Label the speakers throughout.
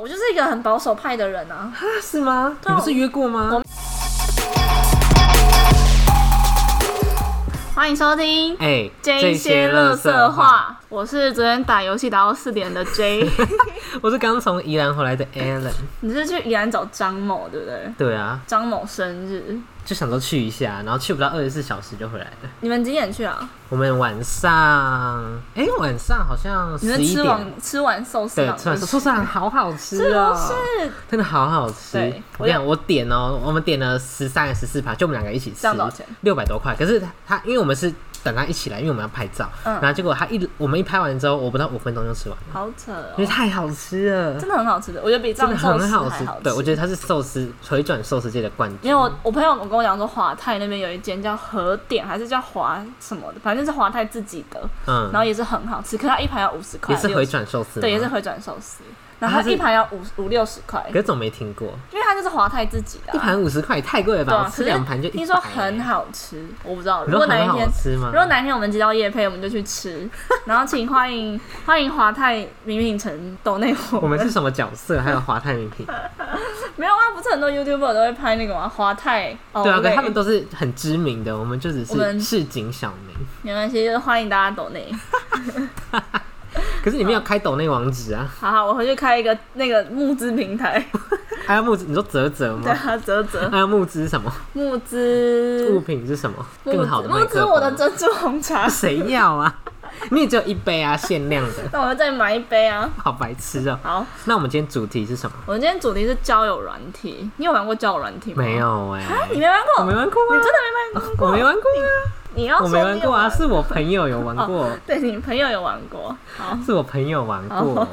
Speaker 1: 我就是一个很保守派的人啊。
Speaker 2: 啊，是吗？
Speaker 1: 对
Speaker 2: 你
Speaker 1: 啊
Speaker 2: 不是约过吗？
Speaker 1: 欢迎收听
Speaker 2: 哎，
Speaker 1: J 些
Speaker 2: 乐
Speaker 1: 乐
Speaker 2: 色
Speaker 1: 色，话，我是昨天打游戏打到四点的 J。
Speaker 2: 我是刚从宜兰回来的 Alan。
Speaker 1: 你是去宜兰找张某对不对？
Speaker 2: 对啊，
Speaker 1: 张某生日，
Speaker 2: 就想说去一下，然后去不到二十四小时就回来了。
Speaker 1: 你们几点去啊？
Speaker 2: 我们晚上，哎、晚上好像
Speaker 1: 你
Speaker 2: 十
Speaker 1: 们
Speaker 2: 一
Speaker 1: 吃
Speaker 2: 点。
Speaker 1: 完吃完寿啊司啊
Speaker 2: 对，
Speaker 1: 郎
Speaker 2: 吃完
Speaker 1: 就
Speaker 2: 寿司郎好好吃
Speaker 1: 是
Speaker 2: 哦、
Speaker 1: 不是？
Speaker 2: 真的好好吃
Speaker 1: 对。
Speaker 2: 我跟你讲，我点哦、我们点了十三还是十四盘，就我们两个一起吃
Speaker 1: 这样多少钱？
Speaker 2: 六百多块。可是他他，因为我们是等他一起来，因为我们要拍照。
Speaker 1: 嗯
Speaker 2: 然后结果他一我们一拍完之后，我不到五分钟就吃完了，
Speaker 1: 好扯哦
Speaker 2: 因为，太好吃了，
Speaker 1: 真的很好吃的，我觉得比
Speaker 2: 真
Speaker 1: 藏
Speaker 2: 的
Speaker 1: 寿司
Speaker 2: 很
Speaker 1: 还
Speaker 2: 好
Speaker 1: 好
Speaker 2: 吃
Speaker 1: 吃。。
Speaker 2: 对，我觉得它是寿司回转寿司界的冠军。
Speaker 1: 因为我我朋友跟我讲说，华泰那边有一间叫和点还是叫华什么的，反正是华泰自己的，然
Speaker 2: 嗯，
Speaker 1: 后也是很好吃，可是它一盘要五十块，
Speaker 2: 也是回
Speaker 1: 60
Speaker 2: 转寿司，
Speaker 1: 对，也是。回转寿司，然
Speaker 2: 啊它
Speaker 1: 后
Speaker 2: 是
Speaker 1: 一盘要五五六十块，
Speaker 2: 可是总没听过，
Speaker 1: 因为它就是华泰自己的啊、
Speaker 2: 一盘五十块也太贵了
Speaker 1: 啊对
Speaker 2: 吧？
Speaker 1: 啊
Speaker 2: 我，吃两盘就
Speaker 1: 可是
Speaker 2: 一
Speaker 1: 听
Speaker 2: 百
Speaker 1: 说
Speaker 2: 欸
Speaker 1: 很，好吃，我不知道，
Speaker 2: 你
Speaker 1: 如
Speaker 2: 说
Speaker 1: 果哪
Speaker 2: 很
Speaker 1: 一
Speaker 2: 好
Speaker 1: 天。
Speaker 2: 吃吗
Speaker 1: 如？果哪一天我们接到夜配，我们就去 吃。然后请欢迎欢迎华泰明明城抖内
Speaker 2: 我
Speaker 1: 我
Speaker 2: 们是什么角色？还有华泰名 品，
Speaker 1: 没有啊，不是很多 YouTuber 都会拍那个吗？华泰哦，
Speaker 2: 对啊，可
Speaker 1: 对，
Speaker 2: 是他们都是很知名的，我们就只
Speaker 1: 我
Speaker 2: 是
Speaker 1: 们
Speaker 2: 市井小民。
Speaker 1: 没关系，就是欢迎大家抖内。
Speaker 2: 可是你没有开抖内网址啊？
Speaker 1: 好好，我回去开一个那个募资平台，
Speaker 2: 还有募资，你说泽泽
Speaker 1: 啊 对
Speaker 2: 吗？
Speaker 1: 啊，泽泽
Speaker 2: 还有募资是 什么？
Speaker 1: 募
Speaker 2: 物
Speaker 1: 资，
Speaker 2: 品是什么？
Speaker 1: 募
Speaker 2: 哦更
Speaker 1: 资
Speaker 2: 好的
Speaker 1: 募
Speaker 2: 麦
Speaker 1: 资
Speaker 2: 克
Speaker 1: 我的
Speaker 2: 风。
Speaker 1: 珍珠红茶，
Speaker 2: 谁要啊？ 你也只有一杯啊，限量的，
Speaker 1: 那我们再买一杯啊。
Speaker 2: 好白痴哦、
Speaker 1: 好，
Speaker 2: 那我们今天主题是什么？
Speaker 1: 我们今天主题是交友软体，你有玩过交友软体吗？
Speaker 2: 没，有哎、
Speaker 1: 你没玩
Speaker 2: 我
Speaker 1: 过，
Speaker 2: 没玩过
Speaker 1: 你
Speaker 2: 啊
Speaker 1: 真，的没玩过？
Speaker 2: 我没玩过啊，
Speaker 1: 你要
Speaker 2: 我
Speaker 1: 说
Speaker 2: 没玩
Speaker 1: 你有
Speaker 2: 过啊，啊是我朋友有玩过，
Speaker 1: 对你朋友有玩过，好，
Speaker 2: 是我朋友玩 过。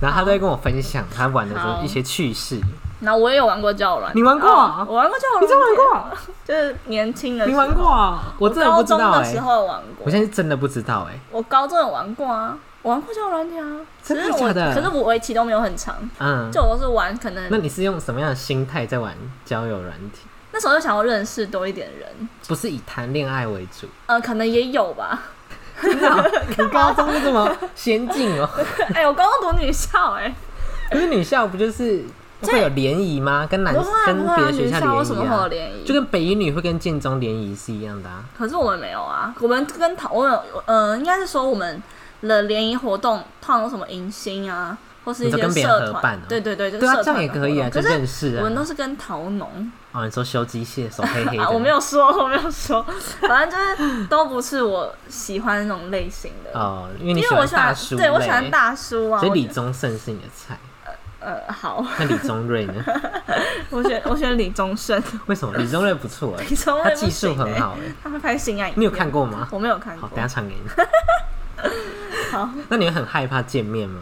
Speaker 2: 然后他都会跟我分享他玩的时候
Speaker 1: 好
Speaker 2: 一些趣事。
Speaker 1: 然后我也有玩过交友软体，
Speaker 2: 你玩过啊
Speaker 1: 哦我玩过交友软体，
Speaker 2: 你真玩过？
Speaker 1: 就是年轻的时
Speaker 2: 你
Speaker 1: 候，
Speaker 2: 玩过？啊？我真的
Speaker 1: 高
Speaker 2: 不知
Speaker 1: 中
Speaker 2: 道
Speaker 1: 的
Speaker 2: 哎、
Speaker 1: 时候玩过，
Speaker 2: 我现在是真的不知道哎、
Speaker 1: 我高中有玩过啊，我玩过交友软体啊，
Speaker 2: 真
Speaker 1: 只
Speaker 2: 的
Speaker 1: 是我
Speaker 2: 假的
Speaker 1: 可是我围棋都没有很长，
Speaker 2: 嗯
Speaker 1: 就，我都是玩可能
Speaker 2: 那你是用什么样的心态在玩交友软体？
Speaker 1: 那时候就想要认识多一点人，
Speaker 2: 不是以谈恋爱为 主，
Speaker 1: 呃，可能也有吧。
Speaker 2: 你高中就这么先进 哦、
Speaker 1: 哎、我高中读女校哎、
Speaker 2: 可是女校不就是会有联谊吗？跟男
Speaker 1: 不会啊
Speaker 2: 跟
Speaker 1: 不会啊
Speaker 2: 别的学
Speaker 1: 女校为什么
Speaker 2: 联谊
Speaker 1: 会有
Speaker 2: 啊，
Speaker 1: 联谊？
Speaker 2: 就跟北一女会跟建中联谊是一样的啊。
Speaker 1: 可是我们没有啊，我们跟讨我们有呃，应该是说我们的联谊活动，通常有什么迎新啊，或是一
Speaker 2: 你说
Speaker 1: 些
Speaker 2: 跟别人
Speaker 1: 社
Speaker 2: 合
Speaker 1: 团，
Speaker 2: 办哦
Speaker 1: 对对对，就是
Speaker 2: 对啊，
Speaker 1: 社
Speaker 2: 这
Speaker 1: 团
Speaker 2: 样
Speaker 1: 的
Speaker 2: 也可以啊，
Speaker 1: 活
Speaker 2: 就
Speaker 1: 动可是
Speaker 2: 认识
Speaker 1: 我们
Speaker 2: 啊。
Speaker 1: 都是跟桃农
Speaker 2: 哦，你说修机械手黑黑的，
Speaker 1: 啊， 我没有说，我没有说，反正就是都不是我喜欢那种类型的，
Speaker 2: 哦，因为你
Speaker 1: 因
Speaker 2: 喜
Speaker 1: 为我
Speaker 2: 欢
Speaker 1: 喜
Speaker 2: 大
Speaker 1: 欢，
Speaker 2: 叔类，
Speaker 1: 对我喜欢大叔啊，
Speaker 2: 所以
Speaker 1: 我
Speaker 2: 李
Speaker 1: 觉
Speaker 2: 宗盛是你的菜。
Speaker 1: 呃好，
Speaker 2: 那李宗瑞呢？
Speaker 1: 我选我选李宗盛，
Speaker 2: 为什么李宗瑞不错哎
Speaker 1: 李？宗
Speaker 2: 他
Speaker 1: 瑞不
Speaker 2: 技术
Speaker 1: 行
Speaker 2: 很
Speaker 1: 欸，
Speaker 2: 好哎，
Speaker 1: 他会拍性爱，
Speaker 2: 你有看？过吗？
Speaker 1: 我没有看
Speaker 2: 好，
Speaker 1: 过
Speaker 2: 等一，下传给你。
Speaker 1: 好，
Speaker 2: 那你会很害怕见面吗？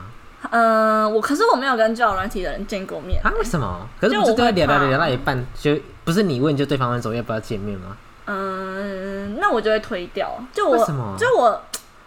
Speaker 1: 嗯，我可是我没有跟交友软体的人见过面
Speaker 2: 啊，，为什么？可是
Speaker 1: 就
Speaker 2: 不是
Speaker 1: 我
Speaker 2: 都
Speaker 1: 会
Speaker 2: 会聊聊
Speaker 1: 怕
Speaker 2: 聊到一半，就不是你问就对方问说要不要见面吗？
Speaker 1: 嗯，那我就会推掉。就我
Speaker 2: 为什么
Speaker 1: 就我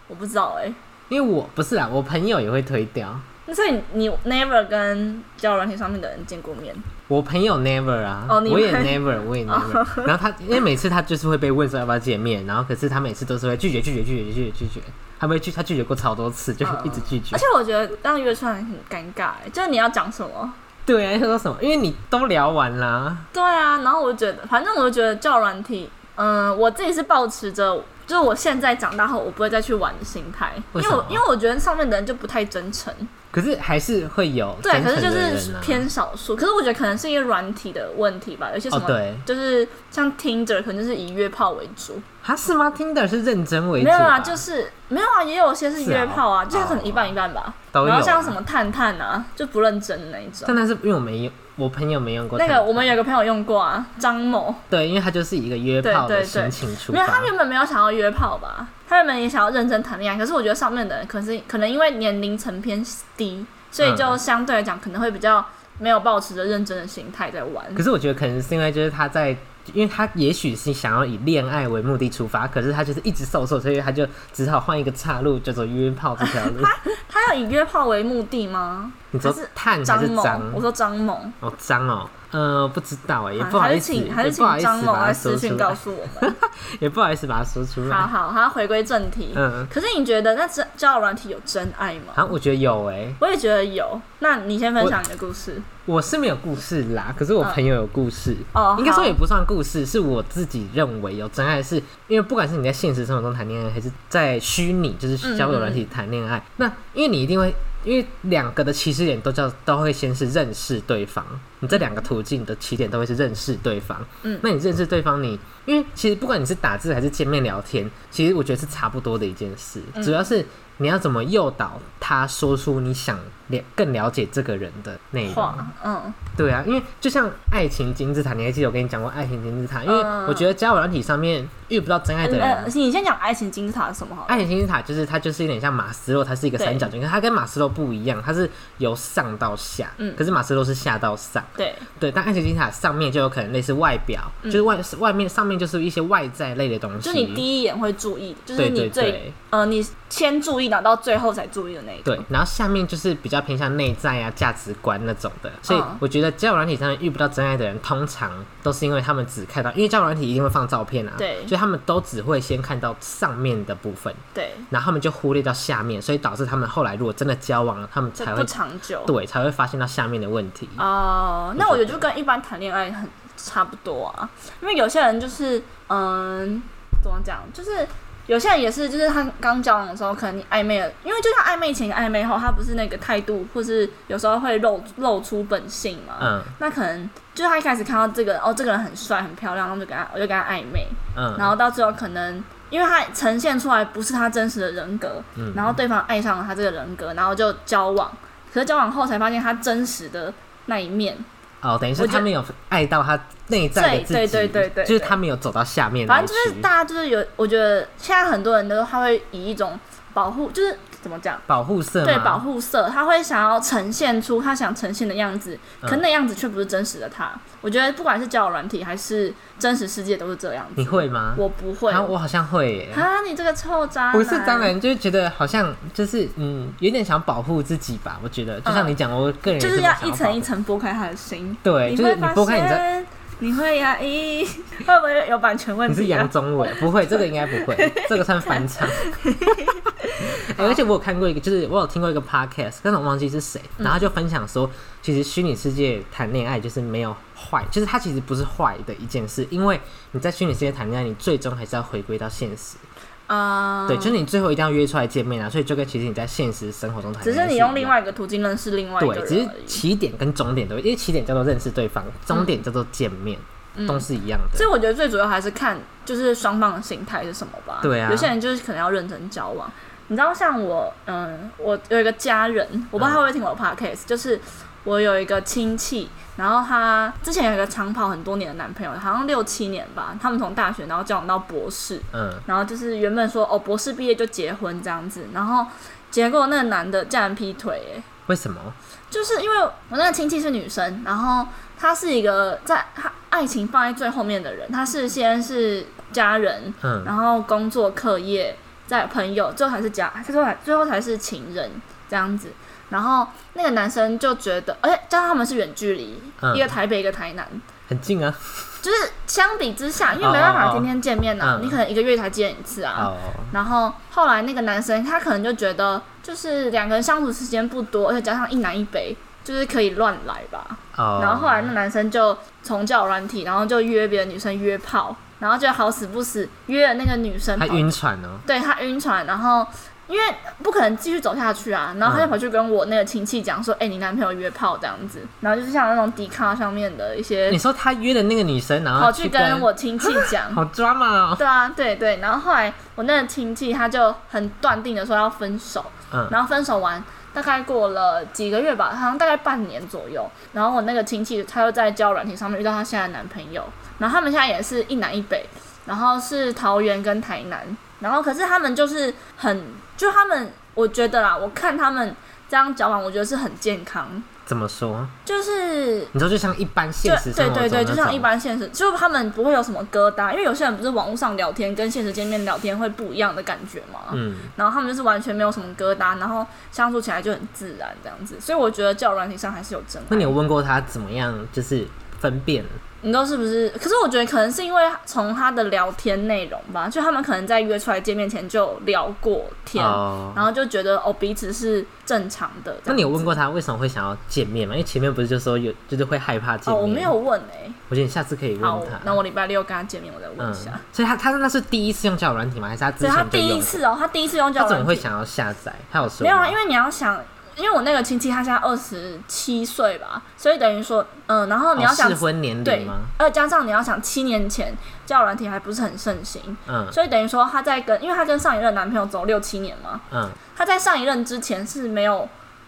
Speaker 1: 我不知道哎、
Speaker 2: 因为我不是啦，啊我朋友也会推掉。
Speaker 1: 那所以你你 never 跟交友软件上面的人见过面？
Speaker 2: 我朋友 never 啊，
Speaker 1: 哦你
Speaker 2: 我也
Speaker 1: 朋
Speaker 2: never，我也 never。然后他，因为每次他就是会被问说要不要见面，然后可是他每次都是会拒绝，拒绝，拒绝，拒绝，拒绝。他会拒，他拒绝过超多次，就
Speaker 1: 嗯
Speaker 2: 一直拒绝。
Speaker 1: 而且我觉得这样约出来很尴尬哎、就是你要讲什么？
Speaker 2: 对啊，他说什么？因为你都聊完啦，
Speaker 1: 对啊，然后我就觉得，反正我就觉得交友软体，嗯，我自己是保持着，就是我现在长大后我不会再去玩的心态，因
Speaker 2: 为
Speaker 1: 为
Speaker 2: 什么
Speaker 1: 我因为我觉得上面的人就不太真诚，
Speaker 2: 可是还是会有
Speaker 1: 对，
Speaker 2: 真
Speaker 1: 可
Speaker 2: 诚
Speaker 1: 是就
Speaker 2: 的人
Speaker 1: 是
Speaker 2: 啊。
Speaker 1: 偏少数，可是我觉得可能是因为软体的问题吧，有些什
Speaker 2: 哦
Speaker 1: 么、
Speaker 2: 对
Speaker 1: 就是像 Tinder 可能就是以约炮为主，
Speaker 2: 啊是吗？Tinder 是认真为主
Speaker 1: 没有啊，
Speaker 2: 吧，
Speaker 1: 就是没有啊，也有些是约炮啊，
Speaker 2: 是啊
Speaker 1: 就是可能一半一半吧。
Speaker 2: 都有啊。
Speaker 1: 然后像什么探探啊，就不认真的那一种。
Speaker 2: 但那是因为我没有，我朋友没用过
Speaker 1: 那
Speaker 2: Tinder。
Speaker 1: 个我们有个朋友用过啊，张某，
Speaker 2: 对，因为他就是一个约炮
Speaker 1: 对对
Speaker 2: 的
Speaker 1: 对
Speaker 2: 心情出
Speaker 1: 没有，
Speaker 2: 发
Speaker 1: 他。原本没有想要约炮吧，他原本也想要认真谈恋爱，可是我觉得上面的人可是可能因为年龄层偏
Speaker 2: 嗯
Speaker 1: 低，所以就相对来讲可能会比较没有抱持着认真的心态在玩。
Speaker 2: 可是我觉得可能是因为就是他在，因为他也许是想要以恋爱为目的出发，可是他就是一直受挫，所 以他就只好换一个岔路，叫做约炮这条路。
Speaker 1: 他要以约炮为目的吗？
Speaker 2: 你说
Speaker 1: 还是
Speaker 2: 探还
Speaker 1: 张
Speaker 2: 是
Speaker 1: 某，我
Speaker 2: 张？
Speaker 1: 说张某，
Speaker 2: 哦，张哦，呃，不知道哎，也不好
Speaker 1: 还
Speaker 2: 意
Speaker 1: 是
Speaker 2: 思，
Speaker 1: 请还
Speaker 2: 也
Speaker 1: 是
Speaker 2: 不
Speaker 1: 请
Speaker 2: 好意
Speaker 1: 张
Speaker 2: 思
Speaker 1: 某
Speaker 2: 把它
Speaker 1: 来
Speaker 2: 说
Speaker 1: 私
Speaker 2: 出
Speaker 1: 讯告
Speaker 2: 来，
Speaker 1: 诉我们。
Speaker 2: 也不好意思把它说出
Speaker 1: 好
Speaker 2: 来。
Speaker 1: 好，好，回归正题。
Speaker 2: 嗯，
Speaker 1: 可是你觉得那真交友软体有真爱吗？
Speaker 2: 好，我觉得有哎，
Speaker 1: 我也觉得有。那你先分享你的故事
Speaker 2: 我是没有故事啦，可是我
Speaker 1: 嗯
Speaker 2: 朋友有故事。
Speaker 1: 哦。
Speaker 2: 应该说
Speaker 1: 好
Speaker 2: 也不算故事，是我自己认为有真爱是，因为不管是你在现实生活中谈恋爱，还是在虚拟就是交友软
Speaker 1: 嗯
Speaker 2: 体谈恋爱，那因为你一定会，因为两个的起始点都叫都会先是认识对方，你这两个途径的起点都会是认识对方。
Speaker 1: 嗯
Speaker 2: 那你认识对方你，因为其实不管你是打字还是见面聊天，其实我觉得是差不多的一件事，
Speaker 1: 嗯
Speaker 2: 主要是你要怎么诱导他说出你想了更了解这个人的内容。
Speaker 1: 话，嗯
Speaker 2: 对啊，因为就像爱情金字塔，你还记得我跟你讲过爱情金字塔？因为
Speaker 1: 嗯
Speaker 2: 我觉得交友软体上面遇不到真爱的
Speaker 1: 嗯，呃
Speaker 2: 人，
Speaker 1: 你先讲爱情金字塔是什么好了？
Speaker 2: 爱情金字塔就是它就是有点像马斯洛，它是一个
Speaker 1: 对
Speaker 2: 三角形，可是它跟马斯洛不一样，它是由上到下，
Speaker 1: 嗯
Speaker 2: 可是马斯洛是下到上。
Speaker 1: 对，
Speaker 2: 对，但爱情金字塔上面就有可能类似外表，
Speaker 1: 嗯
Speaker 2: 就是外外面上面就是一些外在类的东西。
Speaker 1: 就是你第一眼会注意的，就是
Speaker 2: 对
Speaker 1: 你
Speaker 2: 对
Speaker 1: 最
Speaker 2: 对
Speaker 1: 呃，你先注意到到最后才注意的那一种。
Speaker 2: 对，然后下面就是比较偏向内在啊、价值观那种的，所以
Speaker 1: 嗯
Speaker 2: 我觉得交友软体上面遇不到真爱的人，通常都是因为他们只看到，因为交友软体一定会放照片啊，
Speaker 1: 对
Speaker 2: 所以他们都只会先看到上面的部分，
Speaker 1: 对，
Speaker 2: 然后他们就忽略到下面，所以导致他们后来如果真的交往了，他们
Speaker 1: 这
Speaker 2: 才
Speaker 1: 不
Speaker 2: 会
Speaker 1: 长久。
Speaker 2: 对才会发现到下面的问题。
Speaker 1: 哦、那我觉得就跟一般谈恋爱很差不多啊，因为有些人就是嗯，怎么讲，就是有些人也是，就是他刚交往的时候，可能你暧昧了，因为就像暧昧前跟暧昧后，他不是那个态度，或是有时候会露露出本性嘛。
Speaker 2: 嗯
Speaker 1: 那可能就是他一开始看到这个，哦，这个人很帅很漂亮，然后就跟他，我就跟他暧昧，
Speaker 2: 嗯，
Speaker 1: 然后到最后可能因为他呈现出来不是他真实的人格，
Speaker 2: 嗯
Speaker 1: 然后对方爱上了他这个人格，然后就交往。可是交往后才发现他真实的那一面，
Speaker 2: 哦，等于是
Speaker 1: 我觉得
Speaker 2: 他们有爱到他内在的自己，
Speaker 1: 对对对对对
Speaker 2: 就是他们有走到下面
Speaker 1: 反
Speaker 2: 那一
Speaker 1: 正
Speaker 2: 区，
Speaker 1: 就是大家就是有，我觉得现在很多人都他会以一种保护，就是怎么讲，
Speaker 2: 保护色嘛，
Speaker 1: 对保护色，他会想要呈现出他想呈现的样子，可
Speaker 2: 嗯
Speaker 1: 那样子却不是真实的他。我觉得不管是交友软体还是真实世界都是这样
Speaker 2: 你
Speaker 1: 子。
Speaker 2: 会吗？
Speaker 1: 我不会
Speaker 2: 啊，我好像会耶。
Speaker 1: 啊！你这个臭渣男，
Speaker 2: 不是当，然，就是觉得好像就是嗯，有点想保护自己吧。我觉得，就像你讲，我哎个人也
Speaker 1: 嗯就是
Speaker 2: 蛮
Speaker 1: 要
Speaker 2: 想
Speaker 1: 一
Speaker 2: 保
Speaker 1: 层一层剥开他的心。
Speaker 2: 对，就是
Speaker 1: 会
Speaker 2: 你
Speaker 1: 发
Speaker 2: 拨开你的，
Speaker 1: 现你会压抑， 会不会有版权问
Speaker 2: 你是
Speaker 1: 题
Speaker 2: 杨
Speaker 1: 啊？
Speaker 2: 宗纬，不 会，这个应该不会，这个算翻唱。哎而且我有看过一个，就是我有听过一个 podcast，但是我忘记是谁，
Speaker 1: 嗯
Speaker 2: 然后他就分享说，其实虚拟世界谈恋爱就是没有坏，就是它其实不是坏的一件事，因为你在虚拟世界谈恋爱，你最终还是要回归到现实。
Speaker 1: 啊、
Speaker 2: 对，就是你最后一定要约出来见面啊，所以就跟其实你在现实生活中谈
Speaker 1: 只
Speaker 2: 恋
Speaker 1: 是
Speaker 2: 爱是
Speaker 1: 你
Speaker 2: 一
Speaker 1: 用另
Speaker 2: 样
Speaker 1: 外一个途径认识另外一个
Speaker 2: 对，只
Speaker 1: 人
Speaker 2: 是
Speaker 1: 而已。
Speaker 2: 起点跟终点都，因为起点叫做认识对方，终点叫做见面，都是一样
Speaker 1: 所
Speaker 2: 的。
Speaker 1: 以嗯我觉得最主要还是看就是双方的心态是什么吧。
Speaker 2: 对啊
Speaker 1: 有些人就是可能要认真交往。你知道，像我，嗯，我有一个家人，我不知道他会不会听我的 podcast，、就是我有一个亲戚，然后他之前有一个长跑很多年的男朋友，好像六七年吧，他们从大学然后交往到博士，
Speaker 2: 嗯，
Speaker 1: 然后就是原本说哦，博士毕业就结婚这样子，然后结果那个男的竟然劈腿、欸，
Speaker 2: 为什么？
Speaker 1: 就是因为我那个亲戚是女生，然后她是一个在她爱情放在最后面的人，她是先是家人，
Speaker 2: 嗯
Speaker 1: 然后工作、课业，再朋友，最后才是家，最后才最后才是情人这样子。然后那个男生就觉得，哎而且加上他们是远距离，
Speaker 2: 嗯
Speaker 1: 一个台北一个台南，
Speaker 2: 很近啊。
Speaker 1: 就是相比之下，因为没办
Speaker 2: 哦哦
Speaker 1: 法
Speaker 2: 哦
Speaker 1: 天天见面呐、
Speaker 2: 嗯
Speaker 1: 你可能一个月才见一次啊。
Speaker 2: 哦，
Speaker 1: 然后后来那个男生他可能就觉得，就是两个人相处时间不多，而且加上一南一北，就是可以乱来吧。
Speaker 2: 哦。
Speaker 1: 然后后来那男生就从交友软体，然后就约别的女生约炮，然后就好死不死约了那个女生
Speaker 2: 他
Speaker 1: 跑，
Speaker 2: 晕船哦。
Speaker 1: 对他晕船，然后。因为不可能继续走下去啊，
Speaker 2: 嗯
Speaker 1: 然后他就跑去跟我那个亲戚讲说：“哎、你男朋友约炮这样子。”然后就是像那种迪卡上面的一些
Speaker 2: 你，说他约的那个女生，然后
Speaker 1: 跑
Speaker 2: 去
Speaker 1: 去跟，我亲戚 讲，
Speaker 2: 好抓嘛哦。
Speaker 1: 对啊，对对，然后后来我那个亲戚他就很断定的说要分手，
Speaker 2: 嗯
Speaker 1: 然后分手完大概过了几个月吧，好像大概半年左右，然后我那个亲戚他又在交友软体上面遇到他现在的男朋友，然后他们现在也是一南一北，然后是桃园跟台南，然后可是他们就是很，就他们我觉得啦，我看他们这样交往，我觉得是很健康。
Speaker 2: 怎么说？
Speaker 1: 就是
Speaker 2: 你说就像一般
Speaker 1: 就
Speaker 2: 现实生
Speaker 1: 对
Speaker 2: 活中
Speaker 1: 对对，
Speaker 2: 那
Speaker 1: 就像
Speaker 2: 种
Speaker 1: 一般现实，就他们不会有什么疙瘩，因为有些人不是网络上聊天跟现实见面聊天会不一样的感觉嘛。
Speaker 2: 嗯，
Speaker 1: 然后他们就是完全没有什么疙瘩，然后相处起来就很自然这样子。所以我觉得交友软体上还是有真爱。
Speaker 2: 那你有问过他怎么样，就是分辨？
Speaker 1: 你知道是不是？可是我觉得可能是因为从他的聊天内容吧，就他们可能在约出来见面前就有聊过天，
Speaker 2: 哦
Speaker 1: 然后就觉得哦彼此是正常的。
Speaker 2: 那你有问
Speaker 1: 过？
Speaker 2: 过他为什么会想要见面吗？因为前面不是就说有，就是会害怕见
Speaker 1: 哦，
Speaker 2: 面。
Speaker 1: 我没有，问哎、
Speaker 2: 我觉得你下次可以
Speaker 1: 好
Speaker 2: 问他，。
Speaker 1: 那我礼拜六跟他见面，我再问
Speaker 2: 嗯
Speaker 1: 一下。，
Speaker 2: 所以他他那是第一次用交友软体吗？还是他之
Speaker 1: 所以他
Speaker 2: 前就
Speaker 1: 第
Speaker 2: 用
Speaker 1: 一
Speaker 2: 了？
Speaker 1: 次哦，他第一次用交
Speaker 2: 他
Speaker 1: 友
Speaker 2: 怎么
Speaker 1: 软
Speaker 2: 会
Speaker 1: 体，
Speaker 2: 想要下载？他有说
Speaker 1: 没有啊，
Speaker 2: 吗
Speaker 1: 因为你要想。因为我那个亲戚他现在二十七岁吧，所以等于说，嗯，然后你要
Speaker 2: 哦
Speaker 1: 想、
Speaker 2: 适婚年
Speaker 1: 对
Speaker 2: 龄吗？，
Speaker 1: 呃，加上你要想七年前交友软体还不是很盛行，
Speaker 2: 嗯
Speaker 1: 所以等于说她在跟，因为她跟上一任男朋友走六七年嘛，
Speaker 2: 嗯
Speaker 1: 她在上一任之前是没有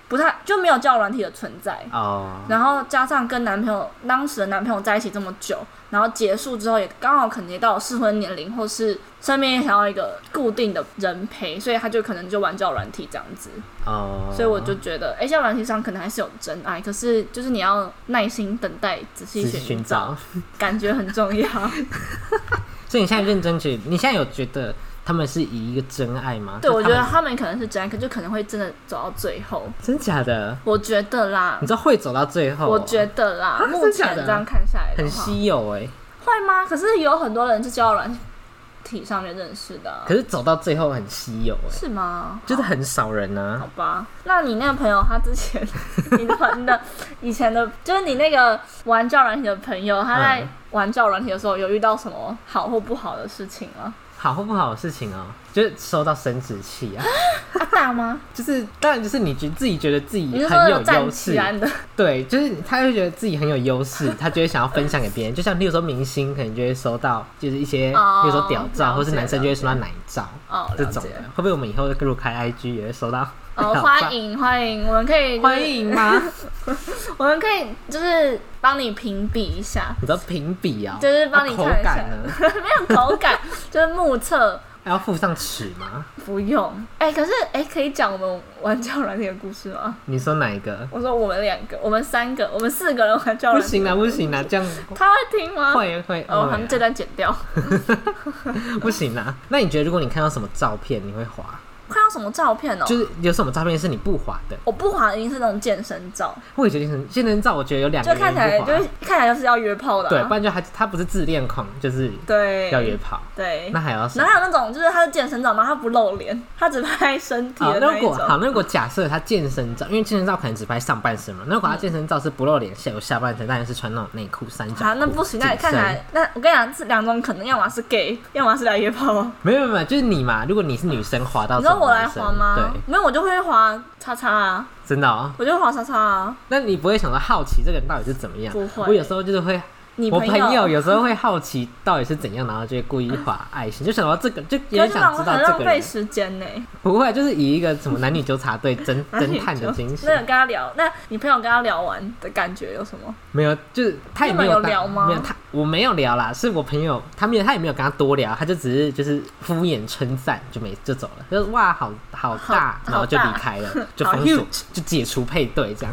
Speaker 1: 不太就没有交友软体的存在，
Speaker 2: 哦，
Speaker 1: 然后加上跟男朋友当时的男朋友在一起这么久，然后结束之后也刚好可能也到了适婚年龄，或是身边也想要一个固定的人陪，所以她就可能就玩交友软体这样子，
Speaker 2: 哦，
Speaker 1: 所以我就觉得，哎、交友软体上可能还是有真爱，可是就是你要耐心等待，仔细
Speaker 2: 只是
Speaker 1: 寻
Speaker 2: 寻
Speaker 1: 找
Speaker 2: 找，。
Speaker 1: 感觉很重 要。
Speaker 2: 所以你现在认真去，你现在有觉得他们是以一个真爱吗？
Speaker 1: 对，
Speaker 2: 就
Speaker 1: 我
Speaker 2: 他
Speaker 1: 觉
Speaker 2: 们
Speaker 1: 得他们可能是真爱，可就可能会真的走到最后。
Speaker 2: 真假的，
Speaker 1: 我觉得啦
Speaker 2: 你，知道会走到最后哦，
Speaker 1: 我觉得啦，目
Speaker 2: 真假
Speaker 1: 前
Speaker 2: 的
Speaker 1: 这样看下来的
Speaker 2: 很
Speaker 1: 话，
Speaker 2: 稀有哎。
Speaker 1: 会吗？可是有很多人是交友软体上面认识的啊、
Speaker 2: 可是走到最后很稀有哎，
Speaker 1: 是吗？
Speaker 2: 就是很少人
Speaker 1: 好
Speaker 2: 啊。
Speaker 1: 吧，那你那个朋友他之 前，你的朋友的以前的，就是你那个玩教软体的朋友，他在
Speaker 2: 嗯
Speaker 1: 玩教软体的时候有遇到什么好或不好的事情吗？
Speaker 2: 好或不好的事情哦，就是收到生殖器啊，
Speaker 1: 他大吗？
Speaker 2: 就是当然就是你觉自己觉得自己
Speaker 1: 你是说
Speaker 2: 很
Speaker 1: 有啊
Speaker 2: 有
Speaker 1: 站
Speaker 2: 优
Speaker 1: 起
Speaker 2: 势，
Speaker 1: 来 的？
Speaker 2: 对，就是他会觉得自己很有 优势，他就会想要分享给别人。就像例如说明星，可能就会收到就是一些，
Speaker 1: 哦
Speaker 2: 比如说屌照，
Speaker 1: 了解
Speaker 2: 或是男生就会收到奶照
Speaker 1: 哦，
Speaker 2: 这
Speaker 1: 了
Speaker 2: 种
Speaker 1: 解
Speaker 2: 的。会不会我们以后如果开 IG 也会收到？
Speaker 1: 哦，欢迎欢迎，我们可以就是
Speaker 2: 欢 迎吗？
Speaker 1: 我们可以就是帮你评比一下，
Speaker 2: 你知道评比啊，
Speaker 1: 就是帮你
Speaker 2: 那口
Speaker 1: 看一下
Speaker 2: 感呢，
Speaker 1: 没有口感， 就是目测
Speaker 2: 还要附上尺吗？
Speaker 1: 不用。哎、可是哎、可以讲我们玩交友软体的故事吗？
Speaker 2: 你说哪一个？
Speaker 1: 我说我们两个，我们三个，我们四个人玩交友
Speaker 2: 不
Speaker 1: 软体，
Speaker 2: 行啦，啊不行啦，这样
Speaker 1: 他会听吗？。
Speaker 2: 会会
Speaker 1: 呃哦，他
Speaker 2: 会啊
Speaker 1: 们这段剪掉。
Speaker 2: 不行啦。那你觉得如果你看到什么照片，你会滑？
Speaker 1: 看到什么照片哦？
Speaker 2: 就是有什么照片是你不滑的？
Speaker 1: 我不滑的一定是那种健身照，
Speaker 2: 我也觉得很健身照，我觉得有两
Speaker 1: 就
Speaker 2: 个
Speaker 1: 看起
Speaker 2: 原
Speaker 1: 来
Speaker 2: 因不滑
Speaker 1: 就是看起来就是要约炮的
Speaker 2: 对，
Speaker 1: 啊、
Speaker 2: 不然就他他不是自恋狂，就是
Speaker 1: 对
Speaker 2: 要约炮。
Speaker 1: 对。
Speaker 2: 那还要什
Speaker 1: 然后
Speaker 2: 么？
Speaker 1: 还有哎那种就是他是健身照嘛，他不露脸，他只拍身体
Speaker 2: 好，
Speaker 1: 的
Speaker 2: 那
Speaker 1: 那
Speaker 2: 如
Speaker 1: 一
Speaker 2: 果
Speaker 1: 种。
Speaker 2: 好，那如果假设他健身照，因为健身照可能只拍上半身嘛，那如果他健身照是不露脸，下有下半身，当然是穿那种内裤、三角裤。
Speaker 1: 啊，那不行，那你
Speaker 2: 紧
Speaker 1: 看起
Speaker 2: 身
Speaker 1: 来，那我跟你讲，这两种可能，要么是 gay，要么是来约炮哦。
Speaker 2: 没有没有没有，就是你嘛。如果你是女生滑到，
Speaker 1: 你知道我来滑吗
Speaker 2: 对，？
Speaker 1: 没有，我就会滑叉叉啊，
Speaker 2: 真的哦。
Speaker 1: 我就会滑叉叉啊。
Speaker 2: 那你不会想到好奇这个人到底是怎么样？
Speaker 1: 不会
Speaker 2: 我有时候就是会，
Speaker 1: 你
Speaker 2: 我朋友
Speaker 1: 友，
Speaker 2: 有时候会好奇到底是怎样，然后就会故意滑爱心，就想到这个，就
Speaker 1: 可
Speaker 2: 也
Speaker 1: 是
Speaker 2: 想
Speaker 1: 浪
Speaker 2: 知道
Speaker 1: 很
Speaker 2: 这
Speaker 1: 浪
Speaker 2: 个
Speaker 1: 费
Speaker 2: 人。
Speaker 1: 时间 呢。
Speaker 2: 不会，就是以一个什么男女纠察队 侦侦探的精
Speaker 1: 那有
Speaker 2: 神，
Speaker 1: 跟他聊，那你朋友跟他聊完的感觉有什 么？
Speaker 2: 没有，就是他也
Speaker 1: 你
Speaker 2: 没
Speaker 1: 们有
Speaker 2: 跟
Speaker 1: 聊吗
Speaker 2: 没有，他我没有聊啦，是我朋友他没有，他也没有跟他多聊，他就只是就是敷衍称赞就没就走了，就是哇好好大，
Speaker 1: 好
Speaker 2: 然后就
Speaker 1: 大
Speaker 2: 离开了，就
Speaker 1: 好
Speaker 2: 封锁，就解除配对这样。